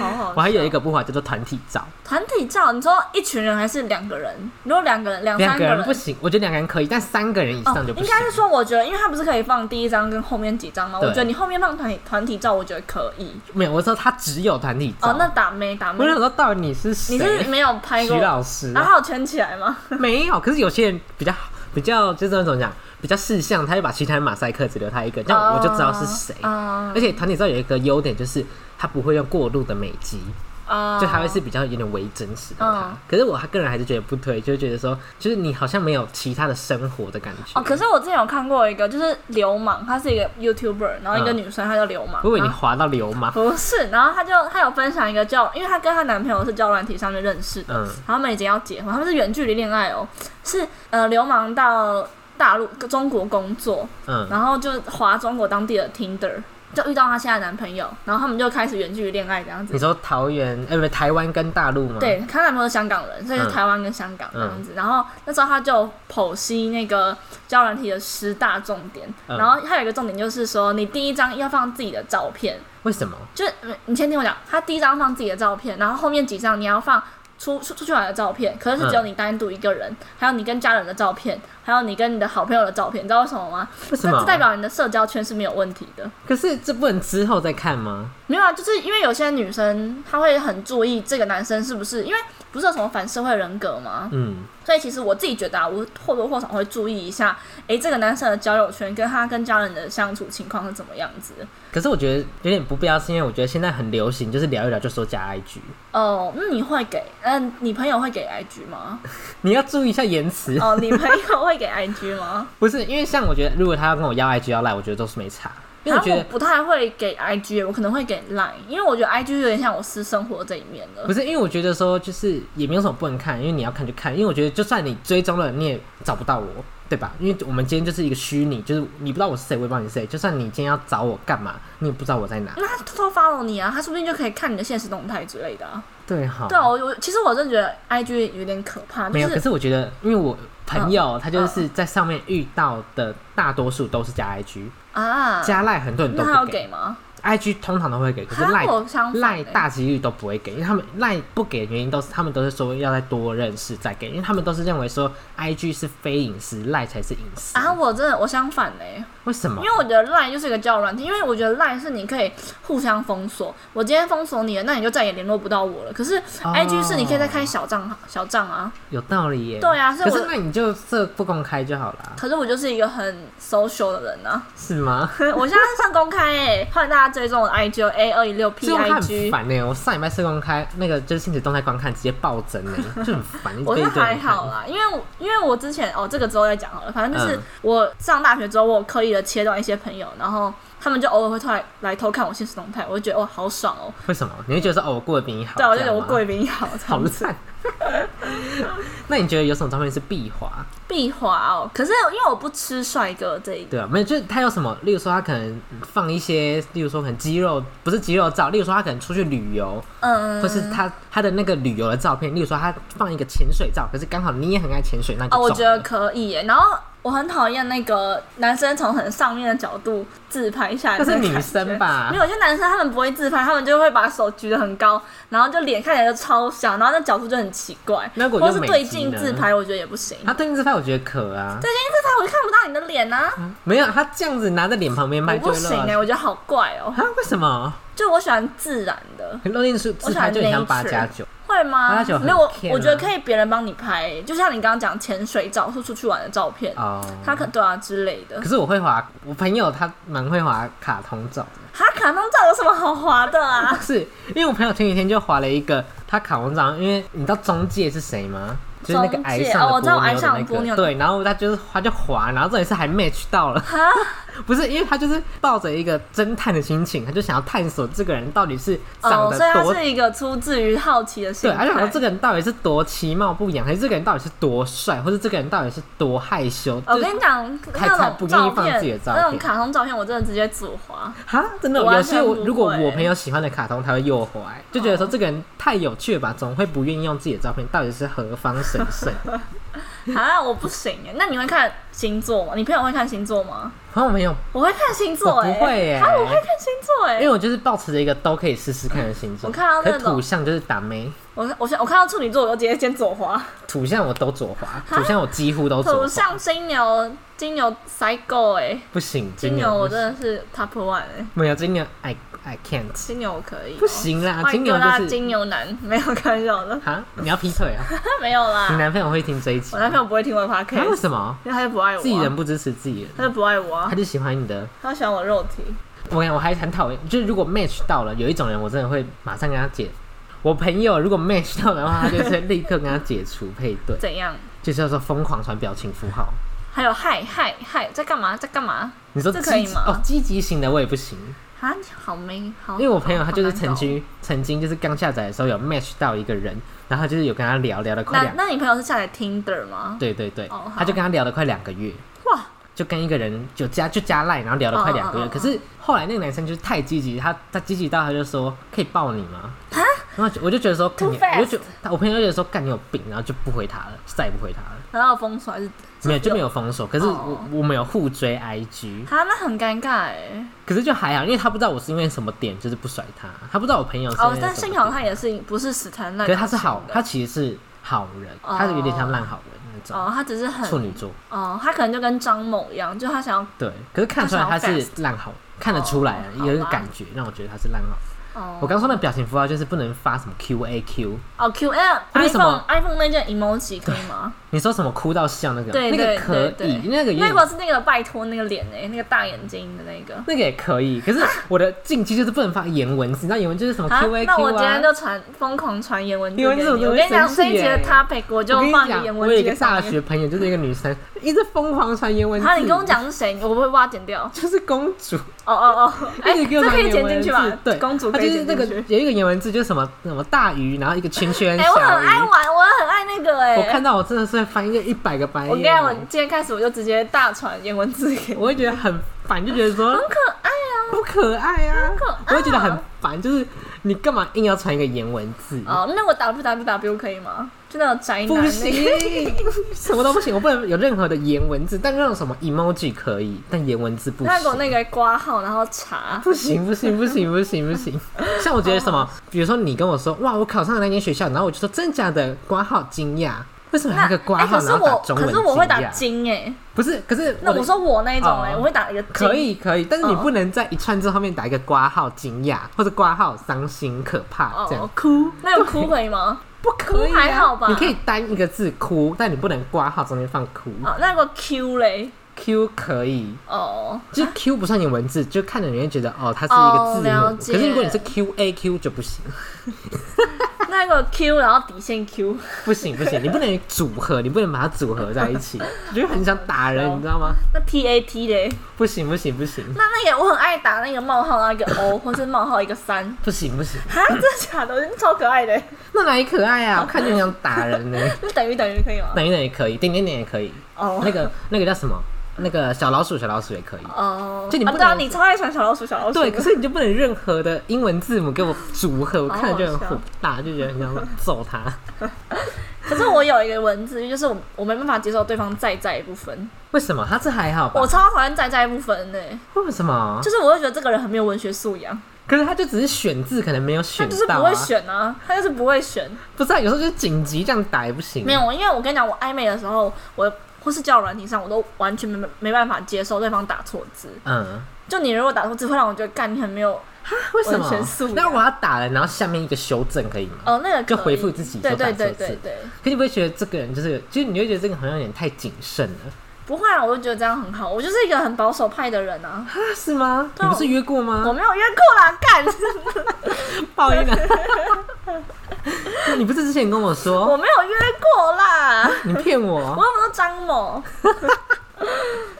Speaker 1: 好好笑。
Speaker 2: 我还有一个不滑叫做团体照，
Speaker 1: 团体照，你说一群人还是两个人？如果两个人，两
Speaker 2: 两
Speaker 1: 三
Speaker 2: 个人
Speaker 1: 人
Speaker 2: 不行，我觉得两个人可以，但三个人以
Speaker 1: 哦
Speaker 2: 上就，不
Speaker 1: 应
Speaker 2: 行。
Speaker 1: 该是说，我觉得，因为他不是可以放第一张跟后面几张吗？我
Speaker 2: 对
Speaker 1: 觉得你后面放团体团体照，我觉得可以。
Speaker 2: 没有，我说他只有团体照。
Speaker 1: 哦，那打妹打妹
Speaker 2: 啊我，想说到底你是
Speaker 1: 你是
Speaker 2: 谁？
Speaker 1: 没有拍过
Speaker 2: 徐老师啊
Speaker 1: 然后还有圈起来吗？
Speaker 2: 没有，可是有些人比较比较就是那种讲比较事项，他就把其他人马赛克，只留他
Speaker 1: 哦
Speaker 2: 一个，这样我就知道是谁。
Speaker 1: 啊
Speaker 2: 而且团体照有一个优点就是他不会用过度的美肌，
Speaker 1: 啊
Speaker 2: 就他会是比较有点微真实的他。
Speaker 1: 嗯
Speaker 2: 可是我个人还是觉得不推，就觉得说就是你好像没有其他的生活的感觉。
Speaker 1: 哦。可是我之前有看过一个，就是流氓，她是一个 YouTuber，然后一个
Speaker 2: 嗯
Speaker 1: 女生，她叫流氓。
Speaker 2: 我以为你
Speaker 1: 然后
Speaker 2: 滑到流氓，
Speaker 1: 不是，然后她就她有分享一个叫，因为她跟她男朋友是交友软体上面认识的，
Speaker 2: 嗯
Speaker 1: 然后他们已经要结婚，他们是远距离恋爱哦，是呃流氓到大陆中国工作，
Speaker 2: 嗯，
Speaker 1: 然后就划中国当地的 Tinder，就遇到她现在的男朋友，然后他们就开始远距离恋爱这样子
Speaker 2: 你。说桃园，呃，不是台湾跟大陆吗？，
Speaker 1: 对，她男朋友是香港人，所以是
Speaker 2: 嗯
Speaker 1: 台湾跟香港这样子。然后那时候她就剖析那个交友软体的十大重点，
Speaker 2: 嗯
Speaker 1: 然后还有一个重点就是说，你第一张要放自己的照片，
Speaker 2: 为什么？
Speaker 1: 就是嗯你先听我讲，她第一张放自己的照片，然后后面几张你要放。出出出去玩的照片，可是是只有你单独一个
Speaker 2: 嗯
Speaker 1: 人，还有你跟家人的照片，还有你跟你的好朋友的照片，你知道为什么吗？
Speaker 2: 为什
Speaker 1: 这
Speaker 2: 么
Speaker 1: 这？代表你的社交圈是没有问题的。
Speaker 2: 可是这不能之后再看吗？
Speaker 1: 没有啊，就是因为有些女生她会很注意这个男生是不是，因为不是有什么反社会人格吗？
Speaker 2: 嗯，
Speaker 1: 所以其实我自己觉得啊，我或多或少会注意一下，诶，这个男生的交友圈跟他跟家人的相处情况是怎么样子的。
Speaker 2: 可是我觉得有点不必要，是因为我觉得现在很流行，就是聊一聊就说加 IG，
Speaker 1: 哦，那你会给嗯、你朋友会给 IG 吗？
Speaker 2: 你要注意一下言辞，
Speaker 1: 哦，你朋友会给 IG 吗？
Speaker 2: 不是因为像我觉得，如果他要跟我要 IG 要赖，我觉得都是没差，因
Speaker 1: 然
Speaker 2: 为我
Speaker 1: 后
Speaker 2: 觉
Speaker 1: 我
Speaker 2: 得。
Speaker 1: 不太会给 IG，我可能会给 Line，因为我觉得 IG 有点像我私生活这一面了
Speaker 2: 不。是，因为我觉得说，就是也没有什么不能看，因为你要看就看，因为我觉得就算你追踪了，你也找不到我，对吧？因为我们今天就是一个虚拟，就是你不知道我是谁，我也不知道你是谁，就算你今天要找我干嘛，你也不知道我在哪。
Speaker 1: 那他偷偷 follow 你啊，他说不定就可以看你的现实动态之类的啊、
Speaker 2: 对，好，
Speaker 1: 对啊，我我其实我真的觉得 I G 有点可怕，
Speaker 2: 哦没有。
Speaker 1: 就
Speaker 2: 可
Speaker 1: 是
Speaker 2: 是我觉得，因为我朋友他就
Speaker 1: 嗯
Speaker 2: 是在上面遇到的大多数都是加 IG，
Speaker 1: 啊，
Speaker 2: 加赖很多人
Speaker 1: 那
Speaker 2: 都
Speaker 1: 他要
Speaker 2: 不
Speaker 1: 给吗？
Speaker 2: ，IG 通常都会给，可是
Speaker 1: 他
Speaker 2: 赖
Speaker 1: 跟我相反、
Speaker 2: 赖
Speaker 1: 欸，
Speaker 2: 大几率都不会给，因为他们赖不给的原因都是他们都是说要再多认识再给，因为他们都是认为说 I G 是非隐私，赖才是隐私。
Speaker 1: 啊，我真的我相反嘞、
Speaker 2: 为什么
Speaker 1: 因？为我觉得赖就是一个交友软体，因为我觉得赖是你可以互相封锁，我今天封锁你了，那你就再也联络不到我了。可是
Speaker 2: 哦
Speaker 1: I G 是你可以再开小账、小账啊，
Speaker 2: 有道理耶。
Speaker 1: 对啊所以
Speaker 2: 可
Speaker 1: 我
Speaker 2: 是那你就设不公开就好啦，
Speaker 1: 可是我就是一个很 social 的人啊，
Speaker 2: 是吗？
Speaker 1: 我现在上公开哎、欢迎大家追踪我的 I G 哦 A 二一六 P
Speaker 2: 这种
Speaker 1: I
Speaker 2: 很
Speaker 1: G，
Speaker 2: 烦欸呢。我上礼拜设公开那个就是亲子动态观看直接暴增呢， 就很烦。
Speaker 1: 我
Speaker 2: 一
Speaker 1: 是
Speaker 2: 堆人
Speaker 1: 还
Speaker 2: 看
Speaker 1: 好啦，因为我因为我之前哦，这个之后再讲好了。反正就是
Speaker 2: 嗯
Speaker 1: 我上大学之后，我有刻意的切断一些朋友，然后他们就偶尔会突然来偷看我现实动态，我就觉得哇，好爽哦！
Speaker 2: 为什么？你会觉得说哦，我过得比你好？
Speaker 1: 对，我就觉
Speaker 2: 这
Speaker 1: 得
Speaker 2: 样
Speaker 1: 我
Speaker 2: 吗
Speaker 1: 贵宾 好这
Speaker 2: 好
Speaker 1: 样子。
Speaker 2: 烂。那你觉得有什么照片是必滑？
Speaker 1: 壁滑哦，可是因为我不吃帅哥这一
Speaker 2: 对啊，没有，就是他有什么，例如说他可能放一些，例如说可能肌肉不是肌肉照，例如说他可能出去旅游，
Speaker 1: 嗯，
Speaker 2: 或是他他的那个旅游的照片，例如说他放一个潜水照，可是刚好你也很爱潜水，那你就
Speaker 1: 哦，我
Speaker 2: 中
Speaker 1: 觉得
Speaker 2: 了
Speaker 1: 可以耶。然后我很讨厌那个男生从很上面的角度自拍下来，
Speaker 2: 那是女生？吧
Speaker 1: 没？有，就男生他们不会自拍，他们就会把手举得很高，然后就脸看起来就超小，然后那角度就很奇怪。
Speaker 2: 那我
Speaker 1: 或
Speaker 2: 就是美
Speaker 1: 对
Speaker 2: 肌
Speaker 1: 镜
Speaker 2: 呢
Speaker 1: 自，拍，我觉得也不行。
Speaker 2: 他对镜自拍我觉得可啊，
Speaker 1: 对镜自拍我就看不到你的脸呐、啊，
Speaker 2: 没有他这样子拿在脸旁边
Speaker 1: 我
Speaker 2: 拍就
Speaker 1: 不
Speaker 2: 会
Speaker 1: 行
Speaker 2: 露
Speaker 1: 哎、
Speaker 2: 啊，
Speaker 1: 我觉得好怪哦、
Speaker 2: 为什么？
Speaker 1: 就我喜欢自然的，
Speaker 2: 可露进去自
Speaker 1: 喜欢
Speaker 2: 拍就很像
Speaker 1: nature
Speaker 2: 八加九，
Speaker 1: 会吗
Speaker 2: 他喜？欢
Speaker 1: 没有，我
Speaker 2: 骗啊
Speaker 1: 我觉得可以别人帮你拍欸、就像你刚刚讲潜水照或出去玩的照片，
Speaker 2: 哦。
Speaker 1: 他可对啊之类的
Speaker 2: 可。是我会滑，我朋友他蛮会滑卡通照的。
Speaker 1: 哈，卡通照有什么好滑的啊？
Speaker 2: 是因为我朋友前几天就划了一个他卡通照，因为你知道中介是谁吗？就是那个
Speaker 1: 中介
Speaker 2: 癌上
Speaker 1: 哦
Speaker 2: 的
Speaker 1: 我知道
Speaker 2: 波
Speaker 1: 癌
Speaker 2: 妞
Speaker 1: 上
Speaker 2: 的
Speaker 1: 的
Speaker 2: 那
Speaker 1: 波
Speaker 2: 个，
Speaker 1: 妞
Speaker 2: 对，然后他就是他就滑，然后这也是还 match 到了，
Speaker 1: 哈，
Speaker 2: 不是因为他就是抱着一个侦探的心情，他就想要探索这个人到底是 长
Speaker 1: 哦，
Speaker 2: 得
Speaker 1: 所以他
Speaker 2: 多、
Speaker 1: 是一个出自于好奇的心
Speaker 2: 对，
Speaker 1: 态。
Speaker 2: 而且想说这个人到底是多其貌不扬，还是这个人到底是多帅，或者这个人到底是多害羞，
Speaker 1: 我哦
Speaker 2: 就
Speaker 1: 跟你讲，
Speaker 2: 太太
Speaker 1: 那
Speaker 2: 不
Speaker 1: 种
Speaker 2: 愿意
Speaker 1: 照
Speaker 2: 放自己的
Speaker 1: 片，
Speaker 2: 照片
Speaker 1: 那种卡通照片，我真的直接左滑。
Speaker 2: 哈，真的
Speaker 1: 我
Speaker 2: 有
Speaker 1: 完全
Speaker 2: 些我
Speaker 1: 不会
Speaker 2: 如果我朋友喜欢的卡通，他会诱惑、欸，就觉得说这个人太有趣了吧，总会不愿意用自己的照片，到底是何方神圣？
Speaker 1: 啊，我不行哎。那你会看星座吗？你朋友会看星座吗？
Speaker 2: 朋友朋友，
Speaker 1: 我会看星座
Speaker 2: 我
Speaker 1: 哎、
Speaker 2: 不会耶
Speaker 1: 啊，我会看星座哎、
Speaker 2: 因为我就是保持着一个都可以试试看的星座。
Speaker 1: 我看到
Speaker 2: 可
Speaker 1: 那
Speaker 2: 是
Speaker 1: 种
Speaker 2: 土象就是打妹，
Speaker 1: 我我现我看到处女座，我就直接先左滑。
Speaker 2: 土象我都左滑，土象我几乎都左
Speaker 1: 土
Speaker 2: 滑，
Speaker 1: 象金牛，金牛 psycho 哎、
Speaker 2: 不行，
Speaker 1: 金
Speaker 2: 牛
Speaker 1: 牛我
Speaker 2: 不行
Speaker 1: 真的是 top one 哎、
Speaker 2: 没有金牛，I I can't，
Speaker 1: 金牛我可以、哦
Speaker 2: 不行啦，
Speaker 1: 欢
Speaker 2: 金
Speaker 1: 迎
Speaker 2: 牛
Speaker 1: 各大
Speaker 2: 就是
Speaker 1: 金牛男，没有开玩笑的，
Speaker 2: 啊，你要劈腿啊？
Speaker 1: 没有
Speaker 2: 你
Speaker 1: 啦。
Speaker 2: 男朋友会听这一集
Speaker 1: 我？男朋友不会听我的 p
Speaker 2: 他
Speaker 1: o
Speaker 2: 为
Speaker 1: d
Speaker 2: 什么
Speaker 1: 因为他就不爱我、啊，
Speaker 2: 自己人不支持自己人？
Speaker 1: 他就不爱我啊
Speaker 2: 他，就喜欢你的
Speaker 1: 他喜欢我肉体。
Speaker 2: 我跟你讲我还很讨厌，就是如果 match 到了，有一种人我真的会马上跟他解。我朋友如果 match 到的话，他就是立刻跟他解除配对，
Speaker 1: 怎样？
Speaker 2: 就是要说疯狂传表情符号。
Speaker 1: 还有嗨嗨嗨，在干嘛？在干嘛？
Speaker 2: 你说
Speaker 1: 这
Speaker 2: 积
Speaker 1: 可以
Speaker 2: 极
Speaker 1: 吗
Speaker 2: 哦，积极型的我也不行，
Speaker 1: 啊，你好没好，
Speaker 2: 因为我朋友他就是
Speaker 1: 好难搞
Speaker 2: 曾经曾经就是刚下载的时候有 match 到一个人，然后就是有跟他聊聊了快
Speaker 1: 那
Speaker 2: 两，
Speaker 1: 那你朋友是下载 Tinder 吗？
Speaker 2: 对对对
Speaker 1: 哦好，
Speaker 2: 他就跟他聊了快两个月，
Speaker 1: 哇，
Speaker 2: 就跟一个人就加就加赖，然后聊了快两个月。
Speaker 1: 嗯嗯嗯嗯
Speaker 2: 可是后来那个男生就是太积极，他他积极到他就说可以抱你吗？然后就我就觉得说，干
Speaker 1: Too
Speaker 2: 你
Speaker 1: fast
Speaker 2: 我就觉得他我朋友就觉得说干你有病，然后就不回他了，再也不回他了，
Speaker 1: 然后封锁还是
Speaker 2: 没有就没
Speaker 1: 有？
Speaker 2: 有封锁。可是我
Speaker 1: 哦
Speaker 2: 我们有互追 IG，
Speaker 1: 他那很尴尬哎。
Speaker 2: 可是就还好，因为他不知道我是因为什么点就是不甩他，他不知道我朋友是因为
Speaker 1: 哦，但
Speaker 2: 什么
Speaker 1: 幸好
Speaker 2: 点
Speaker 1: 他也是不是死缠烂打
Speaker 2: 可
Speaker 1: 型的，哦
Speaker 2: 是他是好，他其实是好人，他是有点像烂好人那种、
Speaker 1: 哦，他只是很
Speaker 2: 处女座。
Speaker 1: 哦，他可能就跟张某一样，就他想
Speaker 2: 对，可是看出来他
Speaker 1: 他想要
Speaker 2: 是烂好，看得出来啊，
Speaker 1: 哦
Speaker 2: 有一个
Speaker 1: 好吧
Speaker 2: 感觉让我觉得他是烂好。
Speaker 1: 要哦，
Speaker 2: 我刚说那表情符号就是不能发什么 Q A Q，
Speaker 1: 哦 Q M
Speaker 2: 为什
Speaker 1: iPhone
Speaker 2: 么
Speaker 1: iPhone 那件 emoji 可以 吗？
Speaker 2: 你说什么哭到笑那个，
Speaker 1: 对
Speaker 2: 那个
Speaker 1: 对
Speaker 2: 可
Speaker 1: 对
Speaker 2: 以
Speaker 1: 对，，
Speaker 2: 那个也
Speaker 1: 那个是那个拜托那个脸哎，那个大眼睛的那个。
Speaker 2: 那个也可以，可是我的禁忌就是不能发颜文字，你知道颜文就是什么 Q A
Speaker 1: 那
Speaker 2: Q
Speaker 1: 我今
Speaker 2: 啊
Speaker 1: 天。就传疯狂传言文字给
Speaker 2: 言文字
Speaker 1: 你。
Speaker 2: 我
Speaker 1: 我跟你讲，
Speaker 2: 真的会
Speaker 1: 这
Speaker 2: 生气
Speaker 1: 一集的
Speaker 2: 耶
Speaker 1: topic 我就
Speaker 2: 我跟你
Speaker 1: 放一个
Speaker 2: 讲，
Speaker 1: 言
Speaker 2: 我
Speaker 1: 文
Speaker 2: 有
Speaker 1: 字
Speaker 2: 一
Speaker 1: 在
Speaker 2: 个
Speaker 1: 上
Speaker 2: 大
Speaker 1: 面。
Speaker 2: 学朋友，就是一个女生，一直疯狂传言文字。
Speaker 1: 好，你跟我，讲是谁，我不会把它剪掉。
Speaker 2: 就是公主，
Speaker 1: 哦 哦哦，哎、
Speaker 2: 一直给我
Speaker 1: 这
Speaker 2: 传
Speaker 1: 可以
Speaker 2: 言
Speaker 1: 剪进
Speaker 2: 文
Speaker 1: 去
Speaker 2: 字
Speaker 1: 吧？
Speaker 2: 对，
Speaker 1: 公主
Speaker 2: 她
Speaker 1: 可以
Speaker 2: 就是
Speaker 1: 剪
Speaker 2: 那
Speaker 1: 进
Speaker 2: 个
Speaker 1: 去。
Speaker 2: 有一个言文字，就是什么什么大鱼，然后一个圈圈
Speaker 1: 哎、
Speaker 2: 小
Speaker 1: 我很爱
Speaker 2: 鱼。
Speaker 1: 玩，我很爱那个哎、
Speaker 2: 我看到我真的是会翻一个一百个白眼。
Speaker 1: 我跟你讲，我今天开始我就直接大传言文字给你，
Speaker 2: 我会觉得很烦，就觉得说
Speaker 1: 很可爱啊。
Speaker 2: 不可爱啊，
Speaker 1: 可爱
Speaker 2: 我会觉得很烦，就是你干嘛硬要传一个颜文字？
Speaker 1: 哦，那我 W W W 可以吗？就那种宅男
Speaker 2: 不
Speaker 1: 那个。
Speaker 2: 行，欸 什么都不行，我不能有任何的颜文字，但那种什么 emoji 可以，但颜文字不
Speaker 1: 他给我
Speaker 2: 行。
Speaker 1: 那个挂号，然后查。
Speaker 2: 不行不行不行不行不 行！像我觉得什么，比如说你跟我说哇，我考上了那间学校，然后我就说真假的，挂号惊讶，为什么
Speaker 1: 那
Speaker 2: 还有一个挂
Speaker 1: 哎
Speaker 2: 号
Speaker 1: 可是
Speaker 2: 然后打
Speaker 1: 我
Speaker 2: 中文
Speaker 1: 可是我会打
Speaker 2: 惊讶
Speaker 1: 金哎、
Speaker 2: 不是，可是
Speaker 1: 那
Speaker 2: 的
Speaker 1: 我说我那一种哎、
Speaker 2: 哦
Speaker 1: 我会打一个金
Speaker 2: 可以可以，但是你
Speaker 1: 哦
Speaker 2: 不能在一串字后面打一个挂号惊讶或者挂号伤心可怕这样
Speaker 1: 哦，哭那个哭可以吗？
Speaker 2: 不可以、
Speaker 1: 哭
Speaker 2: 啊，
Speaker 1: 还好吧
Speaker 2: 你可以单一个字哭，但你不能挂号中间放哭。
Speaker 1: 哦，那个 Q 嘞，
Speaker 2: Q 可以，
Speaker 1: 哦，
Speaker 2: 就是 Q 不算你文字，就看着你会觉得啊哦，它是一个
Speaker 1: 哦
Speaker 2: 字母。
Speaker 1: 了解
Speaker 2: 可是如果你是 Q A Q 就不行，
Speaker 1: 那个 Q，然后底线 Q，
Speaker 2: 不行不行，你不能组合，你不能把它组合在一 起，我就很想打人，你知道吗？
Speaker 1: 那 T A T 嘞，
Speaker 2: 不行不行不行
Speaker 1: 那那个我很爱打那个冒号，然后一个 O，或是冒号一个三，
Speaker 2: 不行不行，
Speaker 1: 哈， 真的假的？我觉得超可爱的，
Speaker 2: 那哪里可爱啊？我看就很想打人呢、
Speaker 1: 那等于等于可以吗？
Speaker 2: 等一等也可以，点点点也可以。
Speaker 1: 哦
Speaker 2: 那个那个叫什么？那个小老鼠，小老鼠也可以。
Speaker 1: 哦，
Speaker 2: 就你不
Speaker 1: 啊对啊，
Speaker 2: 能
Speaker 1: 你超爱传小老鼠，小老鼠，
Speaker 2: 对，可是你就不能任何的英文字母给我组
Speaker 1: 哦
Speaker 2: 合，我看了就很火大，就觉得很想揍他。
Speaker 1: 可是我有一个文字，就是我我没办法接受对方在在的部分，
Speaker 2: 为什么？他这还好吧
Speaker 1: 我？超讨厌在在的部分的，
Speaker 2: 为什么
Speaker 1: 就？是我会觉得这个人很没有文学素养，
Speaker 2: 可是他就只是选字，可能没有
Speaker 1: 他
Speaker 2: 选
Speaker 1: 就是
Speaker 2: 到
Speaker 1: 不
Speaker 2: 啊。
Speaker 1: 会选啊，他就是不会选。
Speaker 2: 不是啊，有时候就紧急这样打也不行。
Speaker 1: 没，有，因为我跟你讲，我暧昧的时候，我或是交友软体上，我都完全没没办法接受对方打错字。
Speaker 2: 嗯，
Speaker 1: 就你如果打错字，会让我觉得干你很没有
Speaker 2: 为什么
Speaker 1: 完全素？养
Speaker 2: 那我要打了，然后下面一个修正可以吗？
Speaker 1: 哦，那个可以
Speaker 2: 就回复自己
Speaker 1: 对
Speaker 2: 说打
Speaker 1: 对
Speaker 2: 错
Speaker 1: 对
Speaker 2: 字
Speaker 1: 对对，
Speaker 2: 可你不会觉得这个人就是，就是你会觉得这个好像有点太谨慎了
Speaker 1: 不会啊，我就觉得这样很好。我就是一个很保守派的人啊，
Speaker 2: 啊？是吗？
Speaker 1: 对
Speaker 2: 你
Speaker 1: 啊
Speaker 2: 不是约 过
Speaker 1: 我
Speaker 2: 吗？
Speaker 1: 没有约过啦，干，
Speaker 2: 哦报应了。 你不是之前跟 我
Speaker 1: 我
Speaker 2: 说
Speaker 1: 没有约过啦，
Speaker 2: 你骗
Speaker 1: 我
Speaker 2: 我？
Speaker 1: 又不是张某。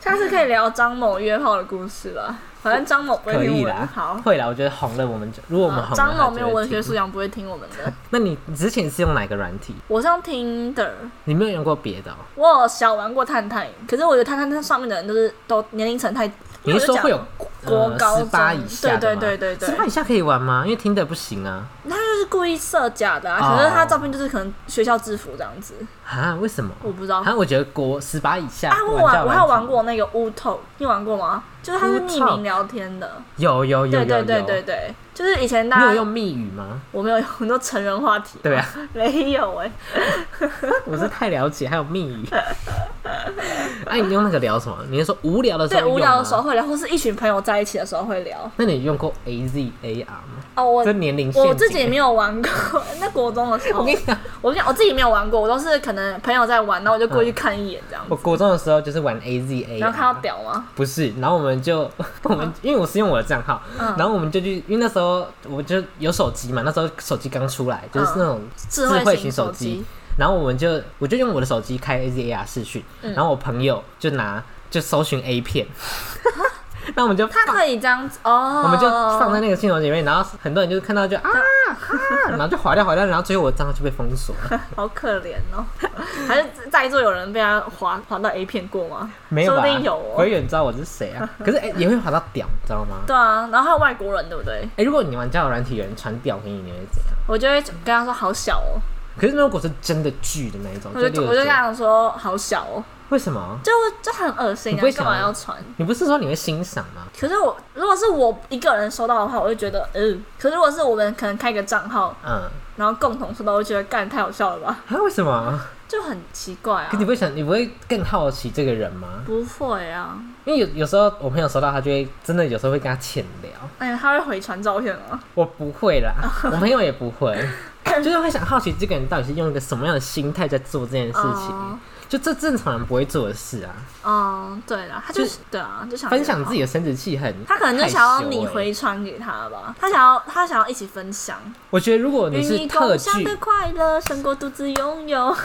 Speaker 1: 下次可以聊张某约炮的故事了，反正张某不会
Speaker 2: 可
Speaker 1: 听
Speaker 2: 以
Speaker 1: 我
Speaker 2: 啦
Speaker 1: 的。， 好，啊
Speaker 2: 会啦。我觉得红了，我们就如果我们红了，
Speaker 1: 张某
Speaker 2: 他就会
Speaker 1: 没有文学
Speaker 2: 听
Speaker 1: 素养，不会听我们 的。
Speaker 2: 那你你之前是用哪个软体？
Speaker 1: 我上 Tinder。
Speaker 2: 你没有用过别的、哦？
Speaker 1: 我有小玩过探探，可是我觉得探探它上面的人都是都年龄层太，
Speaker 2: 你是说会有呃
Speaker 1: 国高
Speaker 2: 十八
Speaker 1: 中
Speaker 2: 以下的吗？
Speaker 1: 对对对对对
Speaker 2: 十八以下可以玩吗？因为听的不行啊
Speaker 1: 他就是故意设假的、啊，
Speaker 2: 哦
Speaker 1: 可是他照片就是可能学校制服这样子，
Speaker 2: 啊？为什么？
Speaker 1: 我不知道。
Speaker 2: 啊，我觉得国十八以下
Speaker 1: 啊，我玩我还有玩
Speaker 2: 交友软
Speaker 1: 过那个乌透，你玩过吗？就是它是匿
Speaker 2: Wootalk
Speaker 1: 名聊天的，
Speaker 2: 体，有有有有
Speaker 1: 对对
Speaker 2: 有，
Speaker 1: 对对对，就是以前
Speaker 2: 你
Speaker 1: 大
Speaker 2: 有
Speaker 1: 家
Speaker 2: 用密语吗？
Speaker 1: 我没有很多成人话题，
Speaker 2: 对啊，
Speaker 1: 没有哎、
Speaker 2: 我是太了解，还有密语。 哎、你用那个聊什么？你是说无聊的时候
Speaker 1: 对
Speaker 2: 用吗
Speaker 1: 无聊的时候？会聊，或是一群朋友在一起的时候会聊。
Speaker 2: 那你用过 A Z A R 吗？
Speaker 1: 哦，我
Speaker 2: 这年龄限欸
Speaker 1: 我
Speaker 2: 制
Speaker 1: 自己没有玩过， 那国中的时候，我
Speaker 2: 欸我跟你讲，
Speaker 1: 跟你讲，我自己没有玩过，我都是可能朋友在玩，然后我就过
Speaker 2: 嗯
Speaker 1: 去看一眼这样子
Speaker 2: 我国中的时候就是玩 A Z A，啊
Speaker 1: 然后看到屌吗？
Speaker 2: 不是，然后我们就 我们因为我是用我的账号，
Speaker 1: 嗯
Speaker 2: 然后我们就去，因为那时候我就有手机嘛，那时候手机刚出来，就是那种
Speaker 1: 嗯智
Speaker 2: 智
Speaker 1: 慧
Speaker 2: 慧
Speaker 1: 型
Speaker 2: 型
Speaker 1: 手
Speaker 2: 手
Speaker 1: 机
Speaker 2: 机，然后我们就我就用我的手机啊
Speaker 1: 嗯
Speaker 2: 开 A Z A R 视讯，然后我朋友就拿就搜寻 A 片，那我们就
Speaker 1: 他
Speaker 2: 放
Speaker 1: 可以这样子哦，
Speaker 2: 我们就放在那个镜头里面，然后很多人就是看到就 啊啊，然后就划掉划掉，然后最后我账号就被封锁了，
Speaker 1: 好可怜哦。 还是在座有人被他划划到 A 片过吗？
Speaker 2: 没有
Speaker 1: 说
Speaker 2: 吧
Speaker 1: 不定有哦
Speaker 2: 我也知道我是谁啊，可是哎、也会划到屌，你知道吗？
Speaker 1: 对啊，然后还有外国人，对不对？
Speaker 2: 哎、如果你玩交友软体有人传屌给你，你会怎样？
Speaker 1: 我就会跟他说好小哦，
Speaker 2: 可是如果是真的巨的那一种，
Speaker 1: 我
Speaker 2: 就
Speaker 1: 就
Speaker 2: 例如
Speaker 1: 我就
Speaker 2: 说
Speaker 1: 跟他说好小哦，
Speaker 2: 为什么？
Speaker 1: 就就很恶心
Speaker 2: 你
Speaker 1: 啊
Speaker 2: 不会，
Speaker 1: 干
Speaker 2: 想
Speaker 1: 嘛
Speaker 2: 吗
Speaker 1: 要传？
Speaker 2: 你不是说你会欣赏吗？
Speaker 1: 可是我如果是我一个人收到的话，我会觉得嗯。可是如果是我们可能开个账号，
Speaker 2: 嗯，
Speaker 1: 然后共同收到，我会觉得干太好笑了吧，
Speaker 2: 啊，为什么？
Speaker 1: 就很奇怪啊
Speaker 2: 可。你不会想，你不会更好奇这个人吗？
Speaker 1: 不会啊，
Speaker 2: 因为有有时候我朋友收到，他就会真的有时候会跟他浅聊，
Speaker 1: 哎、他会回传照片吗？
Speaker 2: 我不会 啦，我朋友也不会，就是会想好奇这个人到底是用一个什么样的心态在做这件事情，
Speaker 1: 哦
Speaker 2: 就这正常人不会做的事啊。
Speaker 1: 嗯，对啦，他就
Speaker 2: 就是
Speaker 1: 对啊，就想
Speaker 2: 分享自
Speaker 1: 己，
Speaker 2: 己的生殖器很，
Speaker 1: 他可能就想要你
Speaker 2: 害羞欸。
Speaker 1: 回传给他吧，他想要他想要一起分享，
Speaker 2: 我觉得如果
Speaker 1: 与
Speaker 2: 欸你是
Speaker 1: 你
Speaker 2: 特
Speaker 1: 共享
Speaker 2: 剧，
Speaker 1: 的快乐胜过独自拥有，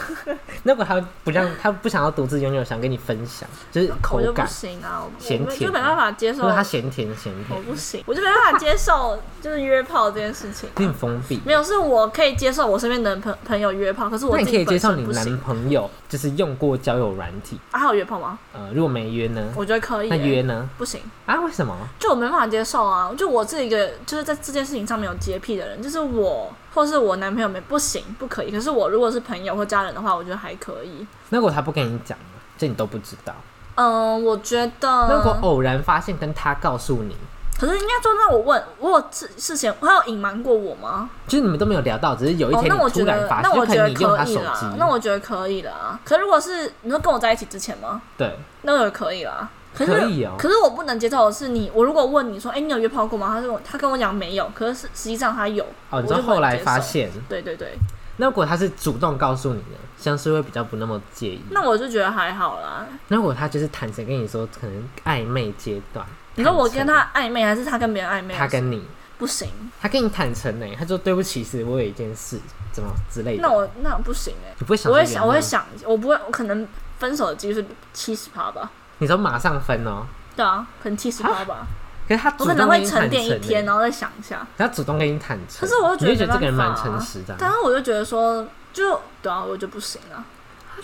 Speaker 2: 那个他不让他不想要独自拥有，想跟你分享，就是口
Speaker 1: 我就不
Speaker 2: 感，
Speaker 1: 行啊，我我
Speaker 2: 咸
Speaker 1: 们就
Speaker 2: 甜
Speaker 1: 没办法接受
Speaker 2: 就是，他嫌甜嫌
Speaker 1: 我
Speaker 2: 甜，
Speaker 1: 不行，我就没办法接受 就是约炮这件事情。
Speaker 2: 有点封闭。
Speaker 1: 没有，是我可以接受我身边的朋朋友约炮，可是我
Speaker 2: 那
Speaker 1: 自
Speaker 2: 你可
Speaker 1: 己
Speaker 2: 以接
Speaker 1: 本
Speaker 2: 受
Speaker 1: 身
Speaker 2: 你
Speaker 1: 不行
Speaker 2: 男。朋友就是用过交友软体，
Speaker 1: 啊，还有约炮吗？
Speaker 2: 呃，如果没约呢？
Speaker 1: 我觉得可以、欸
Speaker 2: 那约呢？
Speaker 1: 不行，
Speaker 2: 啊，为什么？
Speaker 1: 就我没办法接受啊！就我是一个就是在这件事情上面有洁癖的人，就是我或是我男朋友没不行不可以。可是我如果是朋友或家人的话，我觉得还可以。
Speaker 2: 那如果他不跟你讲呢，这你都不知道。
Speaker 1: 嗯，我觉
Speaker 2: 那如果
Speaker 1: 得，
Speaker 2: 偶然发现跟他告诉你，
Speaker 1: 可是应该说，那我问，我有事事前他有隐瞒过我吗？
Speaker 2: 就是你们都没有聊到，只是有一
Speaker 1: 哦，
Speaker 2: 天
Speaker 1: 那我
Speaker 2: 你
Speaker 1: 觉
Speaker 2: 突然
Speaker 1: 得，
Speaker 2: 发
Speaker 1: 那
Speaker 2: 现，
Speaker 1: 我
Speaker 2: 就
Speaker 1: 觉得
Speaker 2: 可能你用
Speaker 1: 可
Speaker 2: 他
Speaker 1: 以
Speaker 2: 手
Speaker 1: 啦，那
Speaker 2: 机，
Speaker 1: 我觉得可以啦。可如果是你说跟我在一起之前吗？
Speaker 2: 对，
Speaker 1: 那个可以啦。可是
Speaker 2: 可以哦
Speaker 1: 可是我不能接受的是你，我如果问你说，哎、你有约炮过吗？他说他跟我讲没有，可是实实际上他有。
Speaker 2: 哦，
Speaker 1: 我
Speaker 2: 你说
Speaker 1: 就不能
Speaker 2: 后来
Speaker 1: 接受
Speaker 2: 发，现，
Speaker 1: 对对对，
Speaker 2: 那如果他是主动告诉你的，像是会比较不那么介意。
Speaker 1: 那我就觉得还好啦。
Speaker 2: 那如果他就是坦诚跟你说，可能暧昧阶段，
Speaker 1: 你说我
Speaker 2: 坦
Speaker 1: 跟
Speaker 2: 诚
Speaker 1: 他暧昧，还是他跟别人暧昧？
Speaker 2: 他跟你，
Speaker 1: 不行，
Speaker 2: 他跟你坦诚呢，他说对不起，是我有一件事，怎么之类的。
Speaker 1: 那我那不行哎、
Speaker 2: 你不会想
Speaker 1: 我
Speaker 2: 着
Speaker 1: 会
Speaker 2: 原谅，
Speaker 1: 想，我会想，我不会，我可能分手的几率是七十趴吧。
Speaker 2: 你说马上分哦，
Speaker 1: 对啊，可能七十趴吧。
Speaker 2: 可是他
Speaker 1: 我
Speaker 2: 主
Speaker 1: 可能
Speaker 2: 动
Speaker 1: 会
Speaker 2: 跟你
Speaker 1: 沉
Speaker 2: 坦诚
Speaker 1: 淀一天，
Speaker 2: 呢，
Speaker 1: 然后再想一下。
Speaker 2: 他主动跟你坦诚，
Speaker 1: 可是我又觉得
Speaker 2: 你就觉得这个人
Speaker 1: 没办
Speaker 2: 蛮
Speaker 1: 法啊
Speaker 2: 诚实的啊，
Speaker 1: 但是我就觉得说，就对啊，我就不行啊。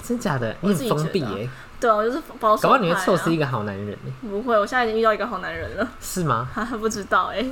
Speaker 2: 真假的，
Speaker 1: 我
Speaker 2: 你
Speaker 1: 自
Speaker 2: 很
Speaker 1: 己
Speaker 2: 封
Speaker 1: 觉
Speaker 2: 闭
Speaker 1: 得啊
Speaker 2: 耶，
Speaker 1: 对啊，我就是保守、
Speaker 2: 搞
Speaker 1: 啊。
Speaker 2: 不好你会错失一个好男人耶，
Speaker 1: 不会，我现在已经遇到一个好男人了，
Speaker 2: 是吗？
Speaker 1: 还不知道哎、